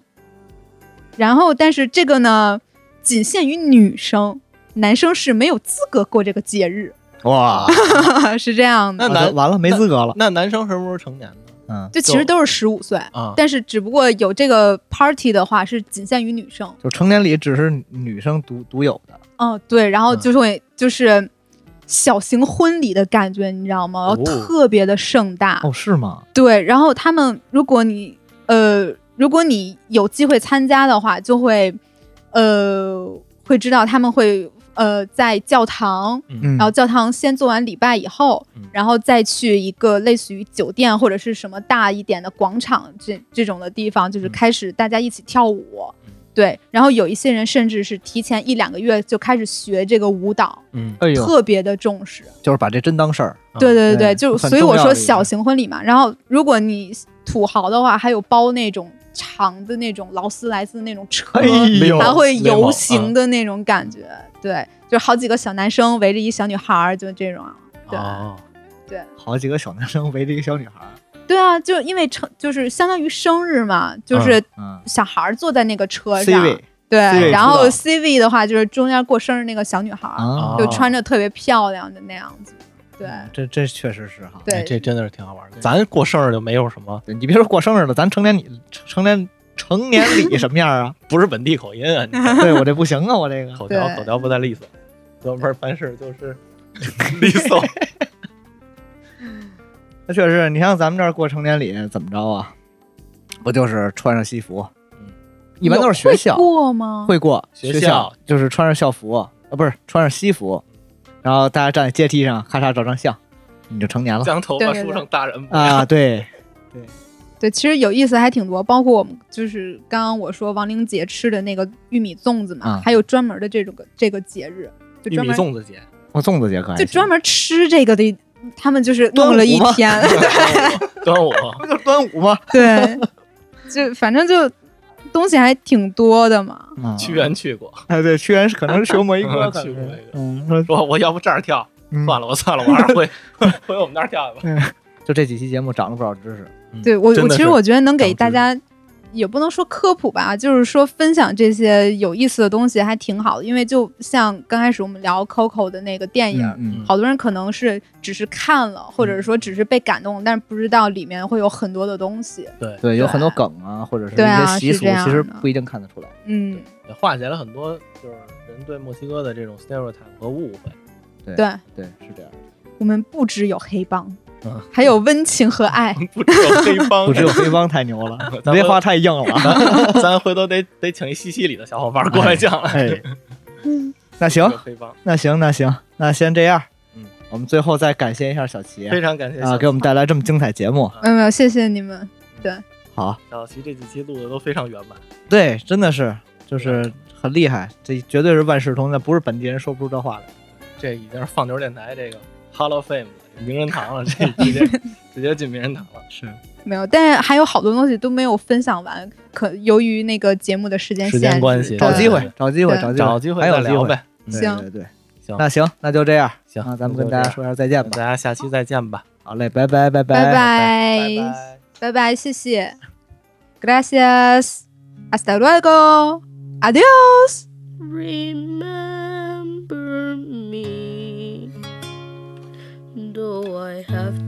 Speaker 3: 然后但是这个呢，仅限于女生，男生是没有资格过这个节日。
Speaker 1: 哇，
Speaker 3: 是这样的
Speaker 2: 那，
Speaker 1: 完
Speaker 2: 男
Speaker 1: 了完了没资格了，
Speaker 2: 那男生什么时候成年呢？
Speaker 1: 嗯，
Speaker 3: 就其实都是十五岁，
Speaker 2: 啊，
Speaker 3: 但是只不过有这个 party 的话是仅限于女生。
Speaker 1: 就成年礼只是女生独独有的，
Speaker 3: 嗯，对，然后
Speaker 2: 嗯
Speaker 3: 就是会就是小型婚礼的感觉，你知道吗？
Speaker 2: 哦
Speaker 3: 特别的盛大。
Speaker 1: 哦，是吗？
Speaker 3: 对，然后他们如果你呃，如果你有机会参加的话，就会呃会知道他们会呃在教堂。
Speaker 1: 嗯，
Speaker 3: 然后教堂先做完礼拜以后
Speaker 2: 嗯，
Speaker 3: 然后再去一个类似于酒店或者是什么大一点的广场这这种的地方，就是
Speaker 2: 嗯
Speaker 3: 开始大家一起跳舞
Speaker 2: 嗯。
Speaker 3: 对，然后有一些人甚至是提前一两个月就开始学这个舞蹈，
Speaker 2: 嗯，
Speaker 1: 哎呦，
Speaker 3: 特别的重视。
Speaker 1: 就是把这真当事儿，
Speaker 2: 啊
Speaker 3: 对对
Speaker 1: 对
Speaker 3: 对，就
Speaker 1: 很
Speaker 3: 所以我
Speaker 1: 重要的
Speaker 3: 说
Speaker 1: 一个
Speaker 3: 小型婚礼嘛。然后如果你土豪的话，还有包那种长的那种劳斯莱斯那种车，
Speaker 2: 没有
Speaker 3: 哎还会
Speaker 2: 哎没有啊
Speaker 3: 游行的那种感觉。对，就好几个小男生围着一小女孩儿，就这种啊。对、
Speaker 2: 哦
Speaker 1: 好几个小男生围着一个小女孩儿，
Speaker 3: 对啊，就因为成就是相当于生日嘛，就是
Speaker 1: 嗯
Speaker 3: 小孩儿坐在那个车
Speaker 1: ，C
Speaker 3: 上，
Speaker 1: 位
Speaker 3: 对
Speaker 1: C 位
Speaker 3: 然
Speaker 1: 出道
Speaker 3: 后 C 位的话就是中间过生日那个小女孩儿，
Speaker 1: 啊
Speaker 3: 就穿着特别漂亮的那样子。对
Speaker 1: 这这确实是哈。
Speaker 2: 哎
Speaker 3: 对，
Speaker 2: 这真的是挺好玩的。咱过生日就没有什么，
Speaker 1: 对你别说过生日了，咱成年礼成年成年礼什么样 啊？
Speaker 2: 不是本地口音啊，你看
Speaker 1: 对我这不行啊，我这个
Speaker 2: 口条
Speaker 3: 对
Speaker 2: 口条不太利索，哥们儿办事就是 利索。
Speaker 1: 那确实，你像咱们这儿过成年礼怎么着啊？不就是穿上西服？
Speaker 2: 嗯
Speaker 1: 一般都是学校
Speaker 3: 有会过吗？
Speaker 1: 会过
Speaker 2: 学
Speaker 1: 校，
Speaker 2: 校
Speaker 1: 就是穿上校服啊，不是穿上西服，然后大家站在阶梯上咔嚓照张相，你就成年了
Speaker 2: 将头
Speaker 3: 对
Speaker 2: 发
Speaker 3: 对
Speaker 2: 梳
Speaker 3: 对
Speaker 2: 成大人模样，
Speaker 1: 啊！对，
Speaker 3: 对，其实有意思还挺多，包括我们就是刚刚我说亡灵节吃的那个玉米粽子嘛，
Speaker 1: 啊
Speaker 3: 还有专门的这种个这个节日，就
Speaker 2: 玉
Speaker 3: 专
Speaker 2: 米
Speaker 3: 门
Speaker 2: 粽子节，
Speaker 1: 我粽子节可还
Speaker 3: 就
Speaker 1: 行
Speaker 3: 专门吃这个的，他们就是
Speaker 1: 端午
Speaker 3: 弄了一
Speaker 1: 吗
Speaker 3: 天，
Speaker 2: 端午，
Speaker 1: 不就是端午吗？
Speaker 3: 对，就反正就东西还挺多的嘛。
Speaker 1: 啊
Speaker 2: 嗯屈原去过，
Speaker 1: 哎，对，屈原是可能是学魔一 哥
Speaker 2: 去过一个
Speaker 1: 嗯，说
Speaker 2: 说我要不这儿跳，
Speaker 1: 嗯
Speaker 2: 算了，我算了，我还是回 回我们那儿跳去吧。
Speaker 1: 就这几期节目长了不少知识。
Speaker 3: 对我，
Speaker 2: 真
Speaker 3: 我
Speaker 2: 的
Speaker 3: 其实
Speaker 2: 是
Speaker 3: 我觉得能
Speaker 2: 长
Speaker 3: 给
Speaker 2: 知
Speaker 3: 大
Speaker 2: 识
Speaker 3: 家，也不能说科普吧，就是说分享这些有意思的东西还挺好的，因为就像刚开始我们聊 Coco 的那个电影，
Speaker 1: 嗯
Speaker 3: 好多人可能是只是看了，或者说只是被感动，但是不知道里面会有很多的东西。
Speaker 2: 对，
Speaker 1: 对，有很多
Speaker 3: 对
Speaker 1: 梗啊，或者是一
Speaker 3: 对啊
Speaker 1: 些习
Speaker 3: 是
Speaker 1: 俗，
Speaker 3: 这样
Speaker 1: 其实
Speaker 3: 的
Speaker 1: 不一定看得出来。
Speaker 3: 嗯，
Speaker 2: 也化解了很多就是人对墨西哥的这种 stereotype 和误会。
Speaker 3: 对，
Speaker 1: 对，是 这样。
Speaker 3: 我们不只有黑帮
Speaker 2: 嗯，
Speaker 3: 还有温情和爱。
Speaker 2: 不只有黑帮，，
Speaker 1: 不只有黑帮太牛了
Speaker 2: 咱们
Speaker 1: 这话太硬 了。
Speaker 2: 咱咱回头得得请一西西里的小伙伴过来讲了。
Speaker 1: 哎，那行
Speaker 2: 不只，有黑帮，
Speaker 1: 那行，那行，那先这样。
Speaker 2: 嗯，
Speaker 1: 我们最后再感谢一下小齐
Speaker 2: 非常感谢
Speaker 1: 啊，
Speaker 2: 小
Speaker 1: 给我们带来这么精彩节目。
Speaker 3: 没有没有，嗯谢谢你们。
Speaker 1: 好，
Speaker 2: 小齐这几期录的都非常圆满，
Speaker 1: 对，真的是就是很厉害，这绝对是万事通的，不是本地人说不出这话来。
Speaker 2: 这已经是放牛电台这个 Hall of Fame 了名人堂了，这直接直接进名人堂了。
Speaker 1: 是，
Speaker 3: 没有，但是还有好多东西都没有分享完，可由于那个节目的时间
Speaker 2: 时
Speaker 3: 限
Speaker 2: 间
Speaker 3: 制
Speaker 2: 关系
Speaker 1: 找
Speaker 3: 对
Speaker 1: 机会
Speaker 2: 对，
Speaker 1: 找机会，
Speaker 3: 对
Speaker 1: 找机会，
Speaker 2: 找机会
Speaker 1: 还有
Speaker 2: 再
Speaker 1: 机
Speaker 2: 聊
Speaker 1: 会。
Speaker 2: 呗。
Speaker 1: 对
Speaker 3: 行
Speaker 1: 对对，
Speaker 2: 行，
Speaker 1: 那行，那就这样。
Speaker 2: 行，
Speaker 1: 那咱们
Speaker 2: 那
Speaker 1: 跟
Speaker 2: 就
Speaker 1: 大家
Speaker 2: 这
Speaker 1: 说一下再见
Speaker 2: 样，
Speaker 1: 吧。
Speaker 2: 大家下期再见吧，
Speaker 1: 好嘞，拜拜，拜
Speaker 3: 拜拜。
Speaker 2: 拜拜。
Speaker 3: 拜拜，谢谢，gracias。Hasta luego. Adios.
Speaker 4: remember me. Though I have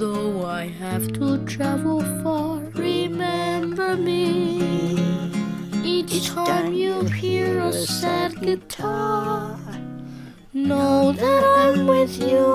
Speaker 4: Though I have to travel far, remember me. Each time you hear a sad guitar, know that I'm with you